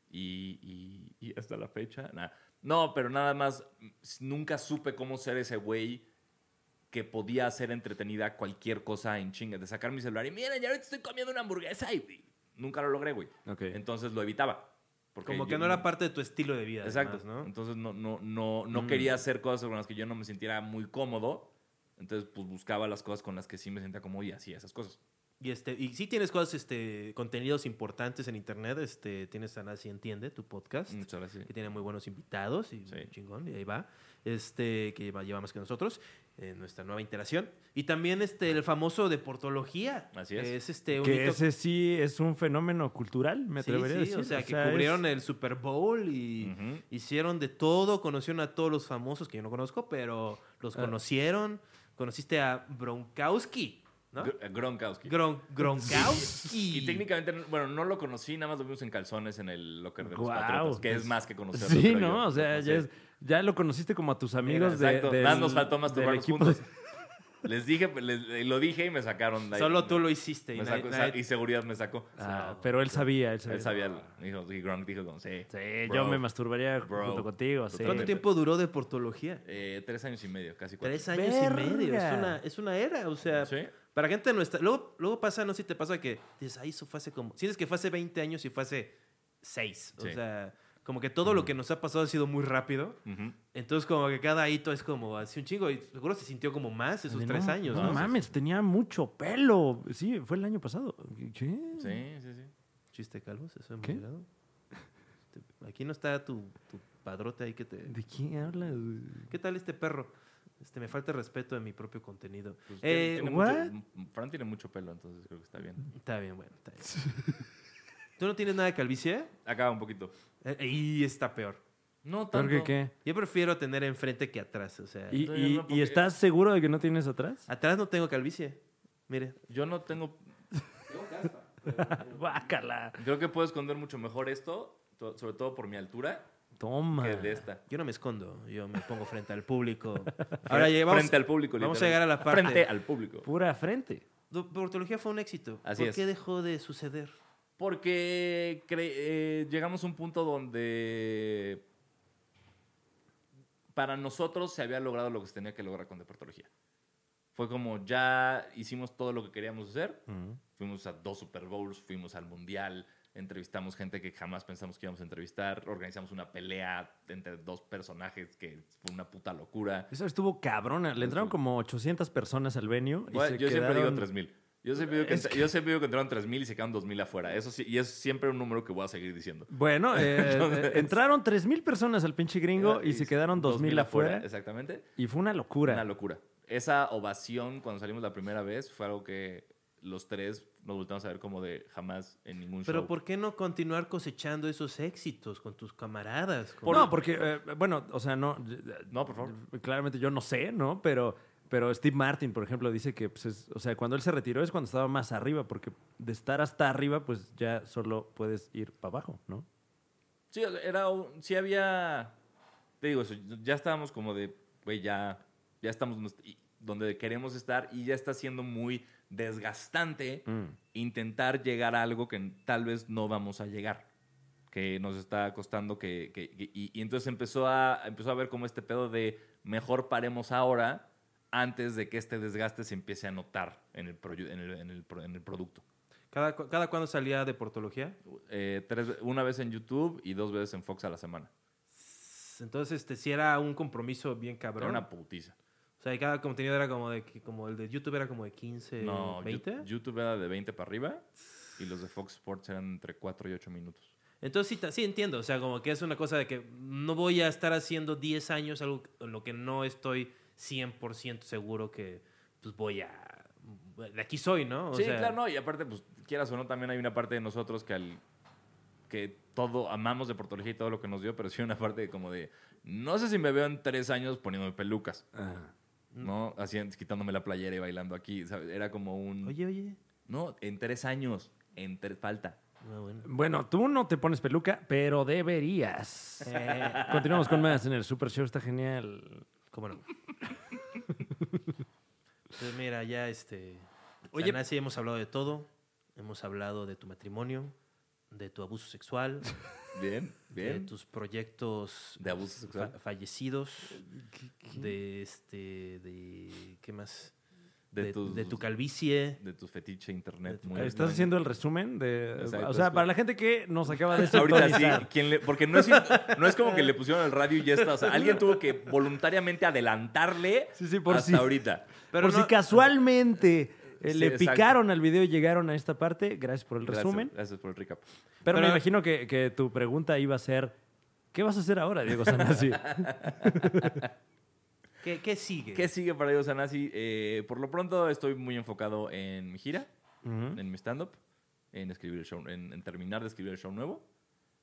C: Y, y- y hasta la fecha, nada. No, pero nada más, mm, s- nunca supe cómo ser ese güey que podía hacer entretenida cualquier cosa en chinga, de sacar mi celular y miren, ya ahorita estoy comiendo una hamburguesa y- y nunca lo logré, güey.
A: Ok.
B: Este,
C: Entonces lo evitaba. porque
B: Como que
C: yo-
B: no era parte de tu estilo de vida.
C: Exacto.
B: además, ¿no?
C: Entonces no, no, no, no quería hacer cosas con las que yo no me sintiera muy cómodo. Entonces, pues buscaba las cosas con las que sí me sentía cómodo y hacía esas cosas.
B: Y, este, y sí tienes cosas, este, contenidos importantes en internet. Este, tienes a Nancy Entiende, tu podcast,
C: Muchas gracias.
B: que tiene muy buenos invitados y
C: Mm. Sí.
B: chingón, y ahí va. Este, que lleva, lleva más que nosotros, en nuestra nueva interacción. Y también este, el famoso Deportología.
C: Así es.
B: que Es este, un
A: Que
B: hito-
A: ese sí es un fenómeno cultural, me
B: Sí,
A: atrevería
B: sí,
A: a decir.
B: O sea, que
A: es-
B: cubrieron el Super Bowl y
C: Ujú.
B: hicieron de todo, conocieron a todos los famosos que yo no conozco, pero los
A: Ah.
B: conocieron. Conociste a Bronkowski, ¿no?
C: Gr- eh, Gronkowski.
B: Gron- Gronkowski.
C: y técnicamente, bueno, no lo conocí, nada más lo vimos en calzones en el locker de los
A: Guau.
C: Patriotas, que es más que conocerlo.
A: <laughs> Sí,
C: creo
A: ¿no?
C: yo.
A: O sea, ya,
C: Sí.
A: es- ya lo conociste como a tus amigos de,
C: Exacto.
A: del-
C: Más nos faltó más
A: del
C: turbarnos
A: equipo.
C: juntos. Les dije, pues, les- eh, lo dije y me sacaron. de ahí.
B: Solo tú lo hiciste. Y
C: Me
B: nadie-
C: sacó-
B: nadie-
C: y seguridad me sacó.
A: Ah, pero él sabía, él sabía.
C: Él sabía, dijo, y Gronk dijo, como, sí,
A: Sí,
C: bro.
A: yo me masturbaría
C: Bro.
A: junto contigo. Sí.
B: ¿Cuánto tiempo duró Deportología?
C: Eh, tres años y medio, casi cuatro.
B: Tres años y medio. Es
A: Verga.
B: una, es una era. O sea,
C: Sí.
B: para gente nuestra. Luego, luego pasa, no sé si te pasa que dices, ay, eso fue hace como. Sientes que fue hace 20 años y fue hace 6. O
C: Sí.
B: sea, como que todo lo que nos ha pasado ha sido muy rápido.
C: Ujú.
B: Entonces, como que cada hito es como así un chingo. Y seguro se sintió como más esos
A: No,
B: tres años.
A: No,
B: ¿no?
A: mames, tenía mucho pelo. Sí, fue el año pasado. ¿Qué?
C: Sí, sí, sí.
B: Chiste calvos, eso hemos
A: ¿Qué?
B: llegado. Te- Este, Aquí no está tu, tu padrote ahí que te.
A: ¿De quién hablas?
B: ¿Qué tal este perro? Este, me falta respeto de mi propio contenido.
C: Pues tiene-
B: eh,
C: tiene
A: what?
C: mucho- Fran tiene mucho pelo, entonces creo que está bien.
B: Está bien, bueno. Está bien. ¿Tú no tienes nada de calvicie?
C: Acaba un poquito.
B: Eh, y está peor.
A: ¿Por
C: No tanto.
A: qué qué?
B: Yo prefiero tener enfrente que atrás. O sea,
A: ¿Y,
C: no,
A: y-
C: no,
A: y
C: porque-
A: estás seguro de que no tienes
C: <laughs>
A: atrás?
B: atrás no tengo calvicie. Mire,
C: Yo no tengo...
A: Bácala.
C: Creo que puedo esconder mucho mejor esto, to- sobre todo por mi altura,
A: Toma.
C: que de esta.
B: yo no me escondo. Yo me pongo frente
A: <laughs>
B: al público. Ahora llegamos.
C: Frente al público,
B: Vamos a
C: literal.
B: llegar
C: <laughs>
B: a la parte.
C: Frente al público.
A: Pura frente.
B: Portología fue un éxito.
C: Así
B: ¿Por
C: es.
B: qué dejó de suceder?
C: Porque cre- eh, llegamos a un punto donde para nosotros se había logrado lo que se tenía que lograr con Deportología. Fue como ya hicimos todo lo que queríamos hacer,
A: Ujú.
C: fuimos a dos Super Bowls, fuimos al Mundial, entrevistamos gente que jamás pensamos que íbamos a entrevistar, organizamos una pelea entre dos personajes que fue una puta locura.
A: Eso estuvo cabrona. Le entraron como 800 personas al venue. y
C: Bueno,
A: se
C: yo siempre digo
A: quedaron-
C: 3000. Yo siempre digo, que,
A: Es
C: entra- yo siempre digo que entraron 3000 y se quedaron 2000 afuera. Eso sí, y es siempre un número que voy a seguir diciendo.
A: Bueno, eh,
C: <laughs> Entonces-
A: eh, entraron 3.000 personas al pinche gringo y se quedaron 2.000 afuera.
C: Exactamente.
A: Y fue una locura.
C: Una locura. Esa ovación cuando salimos la primera vez fue algo que los tres nos volteamos a ver como de jamás en ningún
B: Pero
C: show.
B: ¿por qué no continuar cosechando esos éxitos con tus camaradas? Con-
A: no, porque, eh, bueno, o sea, no.
C: No, por favor.
A: Eh, Claramente yo no sé, ¿no? Pero, pero Steve Martin, por ejemplo, dice que, pues, es- o sea, cuando él se retiró es cuando estaba más arriba, porque de estar hasta arriba, pues ya solo puedes ir para abajo, ¿no?
C: Sí, era un- sí había, te digo eso, ya estábamos como de, güey, ya, ya estamos nos- y- donde queremos estar y ya está siendo muy desgastante intentar llegar a algo que tal vez no vamos a llegar, que nos está costando que, que- que- y, y entonces empezó a, empezó a ver como este pedo de mejor paremos ahora antes de que este desgaste se empiece a notar en el, proyu- en el, en el pro- en el producto.
B: ¿Cada, cu- cada cuándo salía de portología?
C: Eh, tres- una vez en YouTube y dos veces en Fox a la semana.
B: Entonces, este, sí era un compromiso bien
C: Era
B: cabrón.
C: una putiza.
B: O sea, y cada contenido era como de que- como el de YouTube era como de 15,
C: No,
B: 20.
C: Yu- YouTube era de 20 para arriba y los de Fox Sports eran entre 4 y 8 minutos.
B: Entonces sí, ta- sí entiendo, o sea, como que es una cosa de que no voy a estar haciendo 10 años algo en lo que no estoy 100% seguro que pues voy a... De aquí soy, ¿no? O
C: sí,
B: sea,
C: claro, no, y aparte, pues quieras o no, también hay una parte de nosotros que al que todo amamos de portología y todo lo que nos dio, pero sí una parte de como de no sé si me veo en tres años poniéndome pelucas,
B: Mm.
C: ¿no? Así quitándome la playera y bailando aquí, ¿sabes? Era como un
B: Oye, oye.
C: no, en tres años, en tres falta.
B: No, Ah, bueno.
A: Bueno, tú no te pones peluca, pero deberías. Continuamos con más en el Super Show, está genial.
B: Eh, ¿Cómo
C: <laughs>
B: no? Pues mira, ya este...
A: Oye-
B: Oye, sí hemos hablado de todo. Hemos hablado de tu matrimonio, de tu abuso sexual,
C: Bien,
B: de
C: bien.
B: tus proyectos
C: De abuso sexual.
B: fa- fallecidos, de este, de qué más,
C: De
B: de,
C: tus-
B: de tu calvicie.
C: De tu fetiche internet.
B: De tu-
C: muy-
A: ¿Estás
C: muy-
A: haciendo el resumen? de
C: Exacto,
A: O sea,
C: es-
A: para la gente que nos acaba de
C: Ahorita sí,
A: sintonizar.
C: quien le- porque no es, no es como que le pusieron al radio y ya está. O sea, alguien tuvo que voluntariamente adelantarle
A: Sí, sí, por
C: hasta
A: si-
C: ahorita.
B: Pero
A: por
B: no-
A: si casualmente eh,
C: Sí,
A: le
C: exacto.
A: picaron al video y llegaron a esta parte, gracias por el
C: Gracias-
A: resumen.
C: Gracias, por el recap.
A: Pero, me
B: Pero-
A: imagino que, que tu pregunta iba a ser, ¿qué vas a hacer ahora, Diego <laughs> Sanasi?
B: ¿Qué, qué sigue?
C: ¿Qué sigue para Dios Anasi? por lo pronto estoy muy enfocado en mi gira,
A: Ujú.
C: en mi stand-up, en escribir el show, en, en terminar de escribir el show nuevo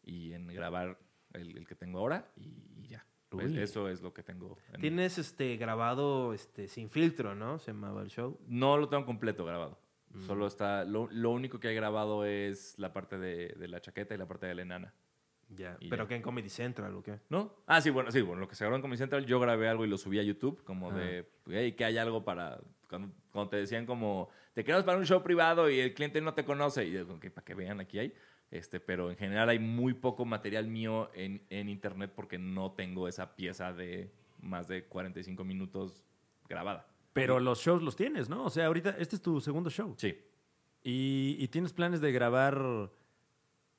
C: y en grabar el, el que tengo ahora y, y ya. Pues
A: Uy.
C: eso es lo que tengo. en-
B: Tienes este grabado este sin filtro, ¿no? Se llamaba el show.
C: No lo tengo completo grabado.
A: Mm.
C: Solo está. Lo, lo único que he grabado es la parte de, de la chaqueta y la parte de la enana.
B: Ya.
C: Y
B: Pero
C: ya.
B: que en Comedy Central o qué.
C: ¿No? Ah, sí, bueno, sí, bueno, lo que se grabó en Comedy Central, yo grabé algo y lo subí a YouTube, como
A: Ah.
C: de, pues, hey, que hay algo para. Cuando, cuando te decían, como, te queremos para un show privado y el cliente no te conoce, y yo, "Ok, para que vean, aquí hay. Este, pero en general hay muy poco material mío en, en internet porque no tengo esa pieza de más de 45 minutos grabada.
A: Pero los shows los tienes, ¿no? O sea, ahorita este es tu segundo show.
C: Sí,
A: Y, y tienes planes de grabar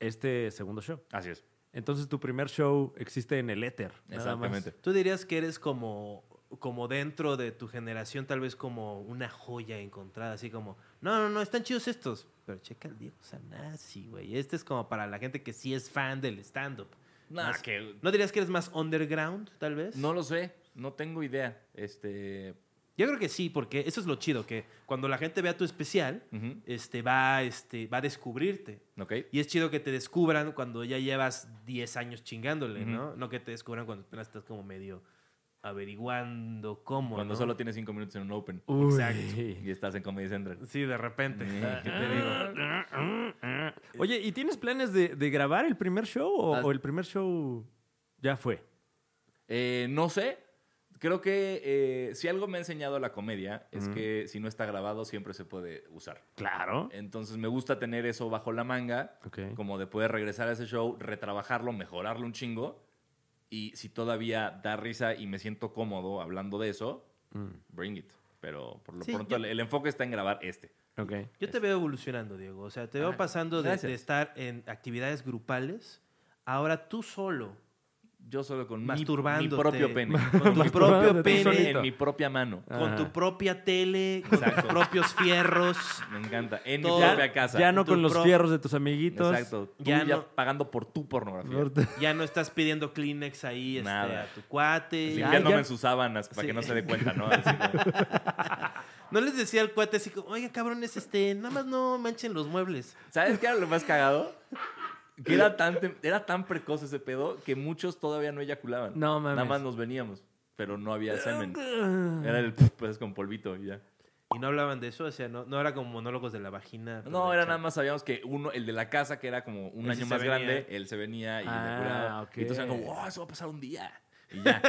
A: este segundo show.
C: así es.
A: Entonces tu primer show existe en el éter. nada más.
C: Exactamente.
B: Tú dirías que eres como como dentro de tu generación tal vez como una joya encontrada, así como, no, no, no, están chidos estos, pero checa el Diego Sanasi, güey. Este es como para la gente que sí es fan del stand up.
C: Nah,
B: Más-
C: que-
B: ¿No dirías que eres más underground, tal vez?
C: No lo sé, no tengo idea. Este.
B: Yo creo que sí, porque eso es lo chido, que cuando la gente vea tu especial,
C: ujú,
B: este, va, este, va a descubrirte.
C: Ok.
B: Y es chido que te descubran cuando ya llevas 10 años chingándole, ¿no? No que te descubran cuando apenas estás como medio averiguando cómo.
C: Cuando
B: ¿no?
C: solo tienes cinco minutos en un Open
A: Uy.
C: y estás en Comedy Central.
B: Sí, de repente. ¿Qué te digo?
A: Oye, ¿y tienes planes de, de grabar el primer show o,
C: Ah.
A: o el primer show ya fue?
C: Eh, no sé. Creo que eh, si algo me ha enseñado la comedia es que si no está grabado siempre se puede usar.
A: Claro.
C: Entonces me gusta tener eso bajo la manga,
A: Ok.
C: como de poder regresar a ese show, retrabajarlo, mejorarlo un chingo Y si todavía da risa y me siento cómodo hablando de eso,
A: Mm,
C: bring it. Pero por lo
B: Sí,
C: pronto
B: yo-
C: el, el enfoque está en grabar este.
A: Ok.
B: Yo te veo evolucionando, Diego. O sea, te veo
C: Ah,
B: pasando de,
C: gracias.
B: de estar en actividades grupales, ahora tú solo,
C: Yo solo con mi- mi,
B: Masturbándote.
C: propio pene.
B: con tu propio
A: Masturbándote tú
B: pene,
A: solito.
C: en mi propia mano.
B: con tu
A: Ajá.
B: propia tele, con tus
C: Ah. Exacto.
B: propios fierros.
C: Me encanta. En
B: Todo.
C: mi propia casa.
A: Ya no
B: Tu
A: con los
B: pro-
A: fierros de tus amiguitos.
C: Exacto. Tú
B: Ya
C: ya,
B: no-
C: pagando por tu pornografía.
A: Por-
B: Ya no estás pidiendo Kleenex ahí este,
C: Nada.
B: a tu cuate.
A: Ya,
C: Limpiándome
A: ya.
C: en sus sábanas para
B: Sí.
C: que no se dé cuenta, ¿no? Así como,
B: No les decía al cuate así como, oiga, cabrones, este, nada más no manchen los muebles.
C: ¿Sabes qué era lo más cagado? Que era tan, tem- era tan precoz ese pedo que muchos todavía no eyaculaban.
A: No mames.
C: Nada más nos veníamos, pero no había semen. Era el pf, pues con polvito y ya.
B: Y no hablaban de eso, o sea, no, no era como monólogos de la vagina. pero
C: No,
B: de
C: era
B: chavo.
C: nada más sabíamos que uno, el de la casa, que era como un
B: Ese
C: año
B: se
C: más
B: venía.
C: grande, él se venía y
A: Ah,
C: eyaculaba.
A: ok.
C: Y entonces eran como, oh, eso va a pasar un día. Y
A: <laughs>
C: ya.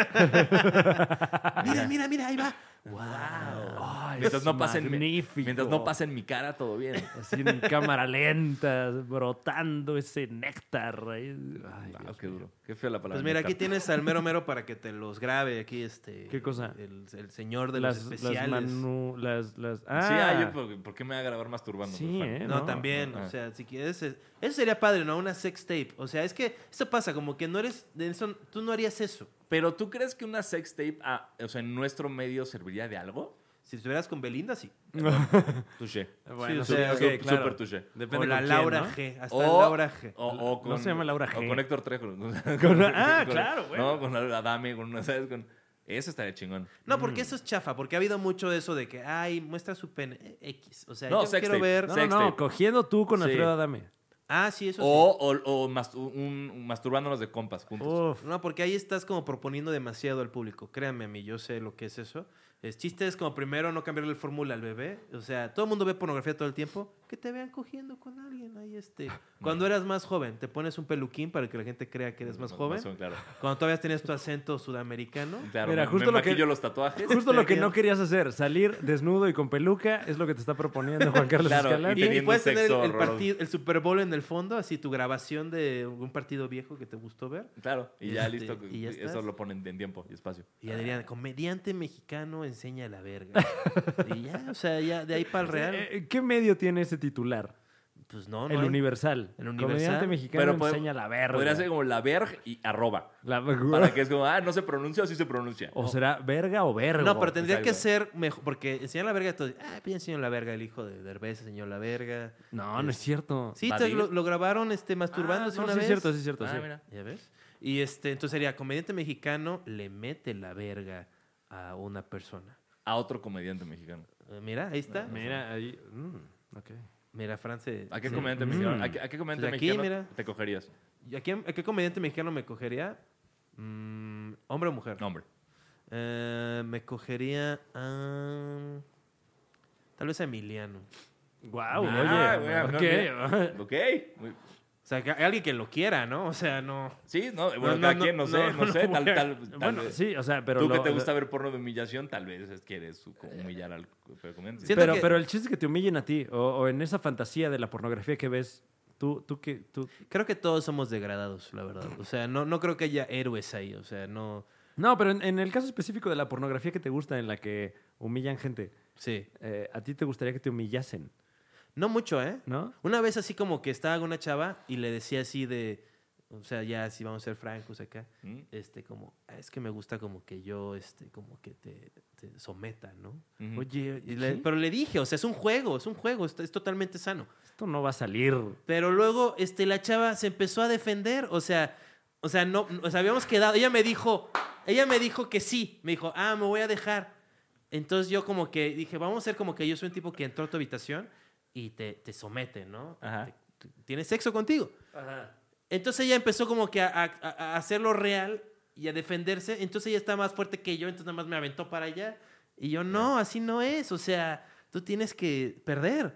B: Mira, mira, mira, ahí va.
A: Ay,
C: mientras,
A: es
C: no pasen,
A: Ah, magnífico.
C: mientras no pasen mi cara, todo bien.
A: Así en cámara lenta, brotando ese néctar. Ay, ay,
C: Ah,
A: Dios
C: qué
A: mío.
C: duro. Qué fea la palabra.
B: Pues mira, aquí
C: Nectar.
B: tienes al mero mero para que te los grabe aquí este.
A: ¿Qué cosa?
B: El, el señor de
A: las,
B: los
A: las
B: especiales.
A: manu- las, las- Ah,
C: Sí, ah, yo, ¿por, por qué me va a grabar masturbando?
A: Sí, ¿eh?
B: No,
A: ¿no?
B: también,
C: Ah.
B: o sea, si quieres, es- eso sería padre, ¿no? Una sex tape. O sea, es que esto pasa, como que no eres, de eso, tú no harías eso.
C: Pero ¿tú crees que una sex tape, ah, o sea, en nuestro medio serviría de algo?
B: Si estuvieras con Belinda, sí.
C: Touché.
B: Sí,
A: Bueno,
B: o
A: sí,
B: sea,
A: ok,
C: su-
A: claro.
C: super touché.
A: Depende
B: o la
A: con quién,
B: Laura
A: ¿no?
B: G, hasta
C: O-
B: Laura G.
C: O, o con,
A: No se llama Laura G.
C: O con Héctor Trejo.
A: Con-
C: <laughs>
A: ah, claro, bueno.
C: No, con Adame, con, ¿sabes? Con, eso estaría chingón.
B: No, porque eso es chafa, porque ha habido mucho de eso de que, ay, muestra su pene eh, X. O sea,
C: No,
B: yo
C: sex
B: quiero
C: tape.
B: ver.
A: No, no,
C: Sex
A: no,
C: tape.
A: cogiendo tú con
C: Sí.
A: Alfredo Adame.
B: Ah, sí, eso sí.
C: O, o, o mas- un- un- masturbándonos de compas juntos.
A: Uf.
B: No, porque ahí estás como proponiendo demasiado al público. Créanme a mí, yo sé lo que es eso. Es chiste es como primero no cambiarle el fórmula al bebé. O sea, todo el mundo ve pornografía todo el tiempo. Que te vean cogiendo con alguien ahí este. Cuando eras más joven, te pones un peluquín para que la gente crea que
C: Mm,
B: eres más joven.
C: claro.
B: Cuando todavía tenías tu acento
C: <laughs>
B: sudamericano.
C: Claro,
A: Mira,
C: me,
A: justo
C: me
A: lo que-
C: maquillo los
A: <laughs>
C: tatuajes.
A: Justo lo que no querías hacer, salir desnudo y con peluca, es lo que te está proponiendo Juan
C: <laughs>
A: Carlos
C: Claro,
A: Escalante.
C: y
B: Y
C: teniendo
B: puedes
C: sexo
B: tener el, el
C: horroroso.
B: partido- el Super Bowl en el fondo, así tu grabación de un partido viejo que te gustó ver.
C: Claro, y ya
B: Este,
C: listo.
B: y ya
C: eso
B: estás.
C: lo ponen en tiempo y espacio.
B: Y ya dirían, comediante mexicano enseña la verga. y ya, o sea, ya de ahí para el real.
A: Eh, ¿Qué medio tiene ese titular?
B: Pues no, no.
A: el
B: hay.
A: Universal.
B: El Universal.
A: Comediante mexicano
C: Pero pod-
A: enseña la verga.
C: Podría ser como la verg y arroba.
A: La- <laughs>
C: Para que es como, ah, no se pronuncia o sí se pronuncia.
A: O será verga o verga.
B: No, pero tendría
C: Exacto.
B: que ser mejor. Porque enseñar la verga todo. Ah, bien enseñó la verga el hijo de Derbez, enseñó la verga.
A: No, no es cierto.
B: Sí, te-
C: ¿Vadir?
B: lo, lo grabaron
A: Pues,
B: este,
A: Ah,
B: masturbándose
A: no,
B: una
A: sí
B: vez.
A: es cierto, sí es cierto.
C: Ah,
A: sí.
C: mira.
B: Ya ves. Y este, entonces sería comediante mexicano le mete la verga a una persona.
C: A otro comediante mexicano.
B: Eh, Mira, ahí está.
A: Mira, ahí. mm, ok.
B: Mira, France.
C: ¿A qué
B: sí.
C: comediante
A: Mm.
C: mexicano, a qué, a qué comediante
B: Pues aquí,
C: mexicano
B: mira.
C: te cogerías?
B: ¿Y ¿A, quién- a qué comediante mexicano me cogería? Mm, ¿Hombre o mujer?
C: Nombre.
B: Eh, me cogería a. Tal vez a Emiliano.
A: Guau,
C: Ah,
A: oye.
C: bueno,
A: ok. <laughs>
C: Ok. muy-
B: O sea, que alguien que lo quiera, ¿no? O sea, no.
C: Sí, no, bueno,
B: no,
C: cada
B: no,
C: quien, no,
B: no,
C: sé,
A: <laughs>
C: no,
B: no
C: sé,
B: voy
C: tal,
B: a-
C: tal, tal
A: Bueno,
C: vez.
A: sí, o sea, pero.
C: Tú que
A: lo-
C: te
A: lo-
C: gusta ver porno de humillación, tal vez es- quieres su- como humillar al al comediante.
B: Siento
A: Pero,
B: que-
A: pero el chiste es que te humillen a ti o, o en esa fantasía de la pornografía que ves, tú, tú que tú.
B: Creo que todos somos degradados, la verdad. O sea, no, no creo que haya héroes ahí. O sea, no.
A: No, pero en, en el caso específico de la pornografía que te gusta, en la que humillan gente,
B: Sí.
A: eh, a ti te gustaría que te humillasen,
B: No mucho, ¿eh?
A: ¿no?
B: Una vez así como que estaba con una chava y le decía así de. O sea, ya así vamos a ser francos acá.
C: ¿Mm?
B: Este, como, "Ah, es que me gusta como que yo, este, como que te, te someta, ¿no?
C: Ujú.
B: Oye, y le-
A: ¿sí?
B: pero le dije, o sea, es un juego, es un juego, es, es totalmente sano.
A: Esto no va a salir.
B: Pero luego, este, la chava se empezó a defender. O sea, o sea, no, o sea, habíamos quedado. Ella me dijo, ella me dijo que sí. Me dijo, ah, me voy a dejar. Entonces yo como que dije, vamos a ser como que yo soy un tipo que entró a tu habitación y te, te somete, ¿no?
C: Ajá.
B: Te- te- tiene sexo contigo. Entonces ella empezó como que a, a- a- a hacerlo real y a defenderse. Entonces ella está más fuerte que yo, entonces nada más me aventó para allá. Y yo, no, así no es. O sea, tú tienes que perder.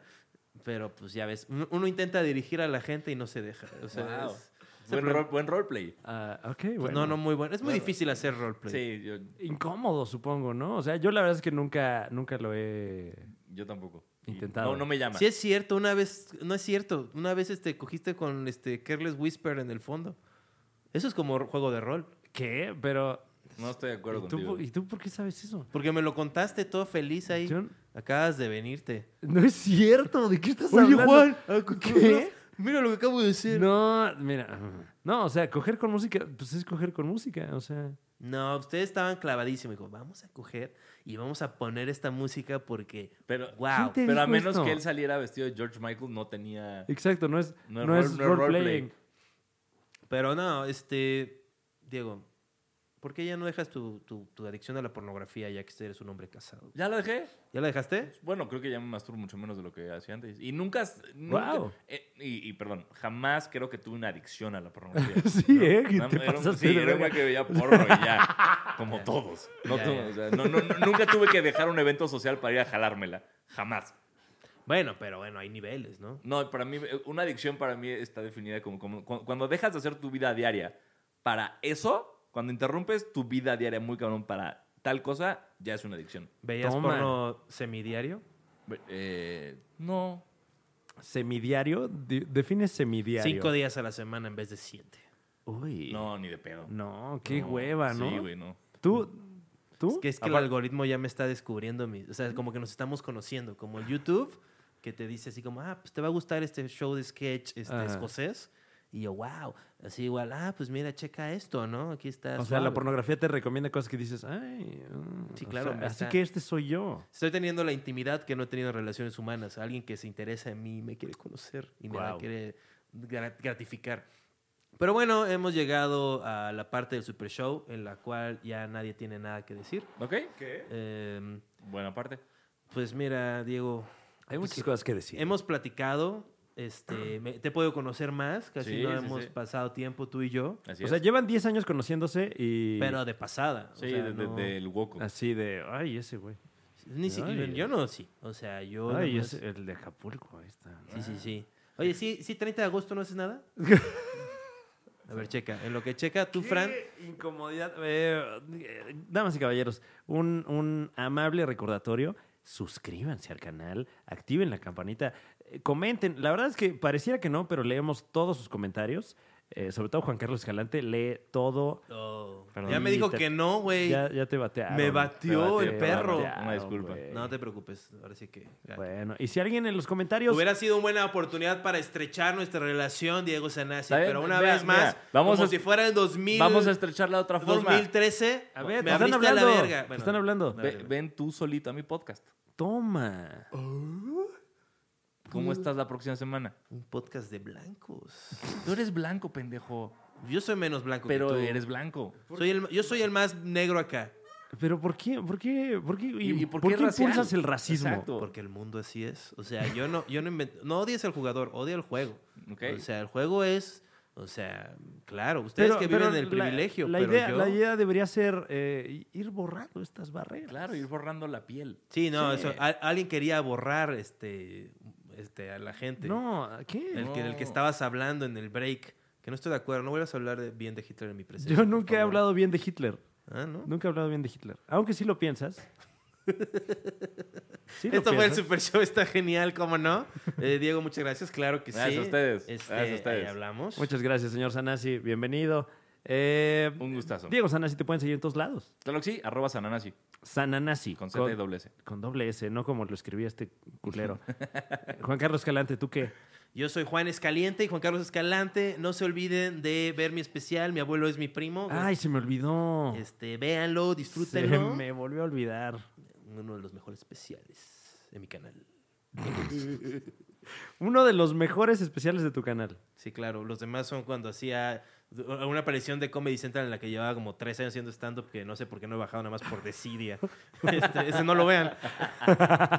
B: Pero pues ya ves, un- uno intenta dirigir a la gente y no se deja. O sea,
C: Wow.
B: es- se
C: Buen,
B: pre-
C: rol- buen roleplay.
A: Ah, ok,
B: pues,
A: bueno.
B: No, no, muy bueno. Es muy
C: Bueno.
B: difícil hacer roleplay.
C: Sí, yo,
A: Incómodo, supongo, ¿no? O sea, yo la verdad es que nunca, nunca lo he.
C: yo tampoco. Y
A: Intentado.
C: No, no me llama.
B: Sí es cierto, una vez, no es cierto, una vez este, cogiste con este Careless Whisper en el fondo. Eso es como juego de rol.
A: ¿Qué? Pero.
C: No estoy de acuerdo
A: ¿y tú,
C: contigo.
A: por- ¿Y tú por qué sabes eso?
B: Porque me lo contaste todo feliz ahí.
A: Yo no-
B: Acabas de venirte.
A: No es cierto. ¿De qué estás hablando? ¿Qué?
B: ¿qué? Mira lo que acabo de decir. No.
A: No, mira. No, o sea, coger con música, pues es coger con música. O sea,
B: ustedes estaban clavadísimos. Dijo, vamos a coger y vamos a poner esta música porque.
C: Pero,
B: ¡Wow!
A: ¿Quién te
C: Ah, pero a
A: dijo
C: menos
A: esto?
C: que él saliera vestido de George Michael, no tenía.
A: exacto, no es,
C: No
A: no
C: es
A: es
C: rol- no es
A: role-playing.
B: Pero no, este. Diego, ¿por qué ya no dejas tu, tu- tu adicción a la pornografía ya que eres un hombre casado?
C: ¿Ya lo dejé?
B: ¿Ya la dejaste?
C: Bueno, creo que ya me masturbo mucho menos de lo que hacía antes. Y nunca. nunca-
A: Wow.
C: eh, y, y perdón, jamás creo que tuve una adicción a la pornografía.
A: <laughs> Sí, ¿eh? Que
C: Nada
A: te
C: más era un-
A: pasaste
C: sí,
A: de
C: era un
A: verga.
C: güey que veía porno
A: <laughs>
C: y ya. Como todos. No
B: Ya,
C: tuve-
B: ya.
C: o sea, no- no- no- nunca tuve que dejar un evento social para ir a jalármela. Jamás.
B: Bueno, pero bueno, hay niveles, ¿no?
C: No, para mí, eh, una adicción para mí está definida como, como cu- cuando dejas de hacer tu vida diaria para eso, cuando interrumpes tu vida diaria muy cabrón para tal cosa, ya es una adicción.
B: ¿Veías
A: Toma.
B: porno semidiario?
C: Eh, no.
A: Semidiario, di- define semidiario.
B: Cinco días a la semana en vez de siete.
A: Uy. No,
C: No, ni de pedo.
A: qué
C: No.
A: hueva, ¿no?
C: Sí, güey, no.
A: ¿Tú? ¿Tú?
B: Es que es que el
C: Aparte-
B: algoritmo ya me está descubriendo mis. O sea, como que nos estamos conociendo. Como el YouTube, que te dice así como, ah, pues te va a gustar este show de sketch este,
A: Ajá.
B: escocés. Y yo, wow. Así igual, ah, pues mira, checa esto, ¿no? Aquí está.
A: O sea, la
B: suave".
A: pornografía te recomienda cosas que dices, ay, ah,
B: Sí,
A: o
B: claro,
A: sea,
B: me
A: así
B: está-
A: que este soy yo.
B: Estoy teniendo la intimidad que no he tenido en relaciones humanas. Alguien que se interesa en mí, me quiere conocer y me la
A: Guau.
B: quiere gra- gratificar. Pero bueno, hemos llegado a la parte del Super Show en la cual ya nadie tiene nada que decir.
C: ¿Ok?
B: Eh,
C: Buena parte.
B: pues mira, Diego,
A: Hay
B: pues,
A: muchas cosas que decir.
B: hemos platicado. Este, me- te he podido conocer más. Casi
C: Sí,
B: no
C: sí,
B: hemos
C: sí.
B: pasado tiempo tú y yo.
C: Así
A: O
C: es.
A: sea, llevan 10 años conociéndose y
B: Pero de pasada. o
C: sí,
B: sea,
C: de- de-
B: no-
C: del hueco.
A: así de, ay, ese güey.
B: ni si-
A: Ay.
B: yo no, sí. O sea, yo.
A: Ay,
B: nomás-
A: ese- el de Acapulco, ahí está.
B: Sí, sí, sí.
C: Ah.
B: Oye, ¿sí, sí 30 de agosto no haces
C: <laughs>
B: nada? A ver, checa. En lo que checa, tú, Fran.
A: Qué Incomodidad. Eh, eh, damas y caballeros, un, un amable recordatorio. Suscríbanse al canal, activen la campanita, eh, comenten. La verdad es que pareciera que no, pero leemos todos sus comentarios. Eh, sobre todo Juan Carlos Escalante lee todo.
B: Oh,
A: Perdón.
B: ya me dijo
A: Te-
B: que no, güey.
A: Ya, ya te batearon.
B: Me batió
A: Te
B: el perro.
C: Una disculpa.
A: güey.
B: No te preocupes. Ahora sí que.
A: Bueno, y si alguien en los comentarios...
B: Hubiera sido una buena oportunidad para estrechar nuestra relación, Diego Sanasi.
C: Está bien,
B: Pero una
C: mira,
B: vez más,
C: mira, vamos
B: como
C: a-
B: si fuera en 2000,
C: Vamos a estrecharla de otra forma.
B: 2013.
A: A ver,
B: me
A: te están
B: abriste a
A: hablando.
B: la verga.
A: te
B: Bueno,
A: están hablando.
B: no.
C: Ve- ven tú solito a mi podcast.
A: Toma.
B: Oh.
C: ¿Cómo estás la próxima semana?
B: Un podcast de blancos.
C: Tú eres blanco, pendejo.
B: Yo soy menos blanco que
C: Pero
B: tú.
C: eres blanco.
B: Soy el- yo soy el más negro acá.
A: Pero ¿por qué? ¿Por qué? ¿Por qué?
C: ¿Y- y por
A: por
C: qué
A: qué
C: racial?
A: impulsas el racismo?
C: Exacto.
B: Porque el mundo así es. O sea, yo no, yo no invento. No odies al jugador, odia al juego.
C: Ok.
B: O sea, el juego es. O sea, claro, ustedes que viven el
A: la-
B: privilegio,
A: La,
B: pero
A: idea,
B: yo.
A: la idea debería ser eh, ir borrando estas barreras.
C: Claro, ir borrando la piel.
B: Sí, no,
A: Sí.
B: eso- al- alguien quería borrar este, este, a la gente.
A: No,
B: El,
A: ¿qué?
B: que, el que estabas hablando en el break. Que no estoy de acuerdo, no vuelvas a hablar de- bien de Hitler en mi presencia.
A: Yo
B: por
A: nunca he
B: favor.
A: hablado bien de Hitler.
B: Ah, ¿no?
A: Nunca he hablado bien de Hitler. Aunque sí lo
B: <laughs>
A: piensas. Sí lo
B: Esto fue el
A: piensas.
B: Super Show, está genial, ¿cómo no? Eh, Diego, muchas gracias, claro que sí.
C: Gracias a ustedes,
B: Este,
C: gracias a ustedes.
B: ahí hablamos.
A: Muchas gracias, señor Sanasi. Bienvenido. Eh,
C: Un gustazo.
A: Diego Sanasi te pueden seguir en todos lados.
C: Claro que sí, arroba Sananasi.
A: Sananasi.
C: Con Z y doble S.
A: con doble S, no como lo escribía este
C: <laughs>
A: culero. Juan Carlos Calante, ¿tú qué?
B: Yo soy Juan Escaliente y Juan Carlos Escalante. No se olviden de ver mi especial. Mi abuelo es mi primo.
A: Ay, se me olvidó.
B: Este, véanlo,
A: Se
B: disfrútenlo.
A: me volvió a olvidar.
B: Uno de los mejores especiales de mi canal.
A: Uno de los mejores especiales de tu canal.
B: Sí, claro. Los demás son cuando hacía una aparición de Comedy Central en la que llevaba como tres años haciendo stand-up que no sé por qué no he bajado nada más
A: <laughs>
B: por desidia. Este, ese no lo vean.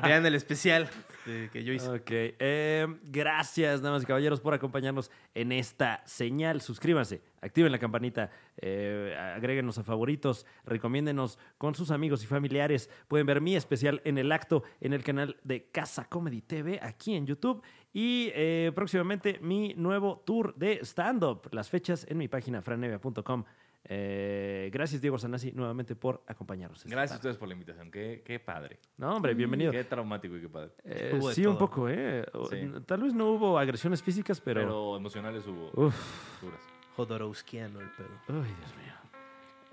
B: Vean el especial este, que yo hice.
A: Ok. eh, gracias, damas y caballeros, por acompañarnos en esta señal. Suscríbanse, activen la campanita, eh, agréguenos a favoritos, recomiéndenos con sus amigos y familiares. Pueden ver mi especial en el acto en el canal de Casa Comedy TV aquí en YouTube. Y eh, próximamente mi nuevo tour de stand-up. Las fechas en mi página franevia.com. Eh, gracias, Diego Sanasi, nuevamente por acompañarnos. esta
C: Gracias a
A: tarde.
C: ustedes por la invitación. Qué, qué padre.
A: No, hombre, bienvenido.
C: Qué traumático y qué padre.
A: Eh,
B: Hubo de
A: sí, un
B: todo.
A: poco, ¿eh? O-
C: Sí.
A: n- Tal vez no hubo agresiones físicas,
C: Pero,
A: pero...
C: emocionales hubo
A: Uf,
C: duras.
B: Jodorowskiano el pedo.
A: uy, Dios mío.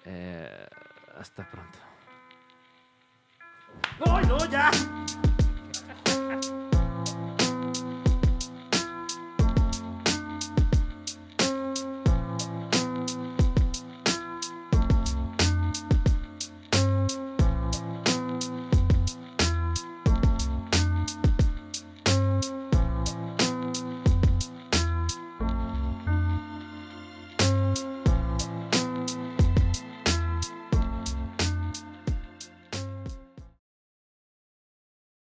A: Eh, hasta pronto. ¡Ay, no, ya!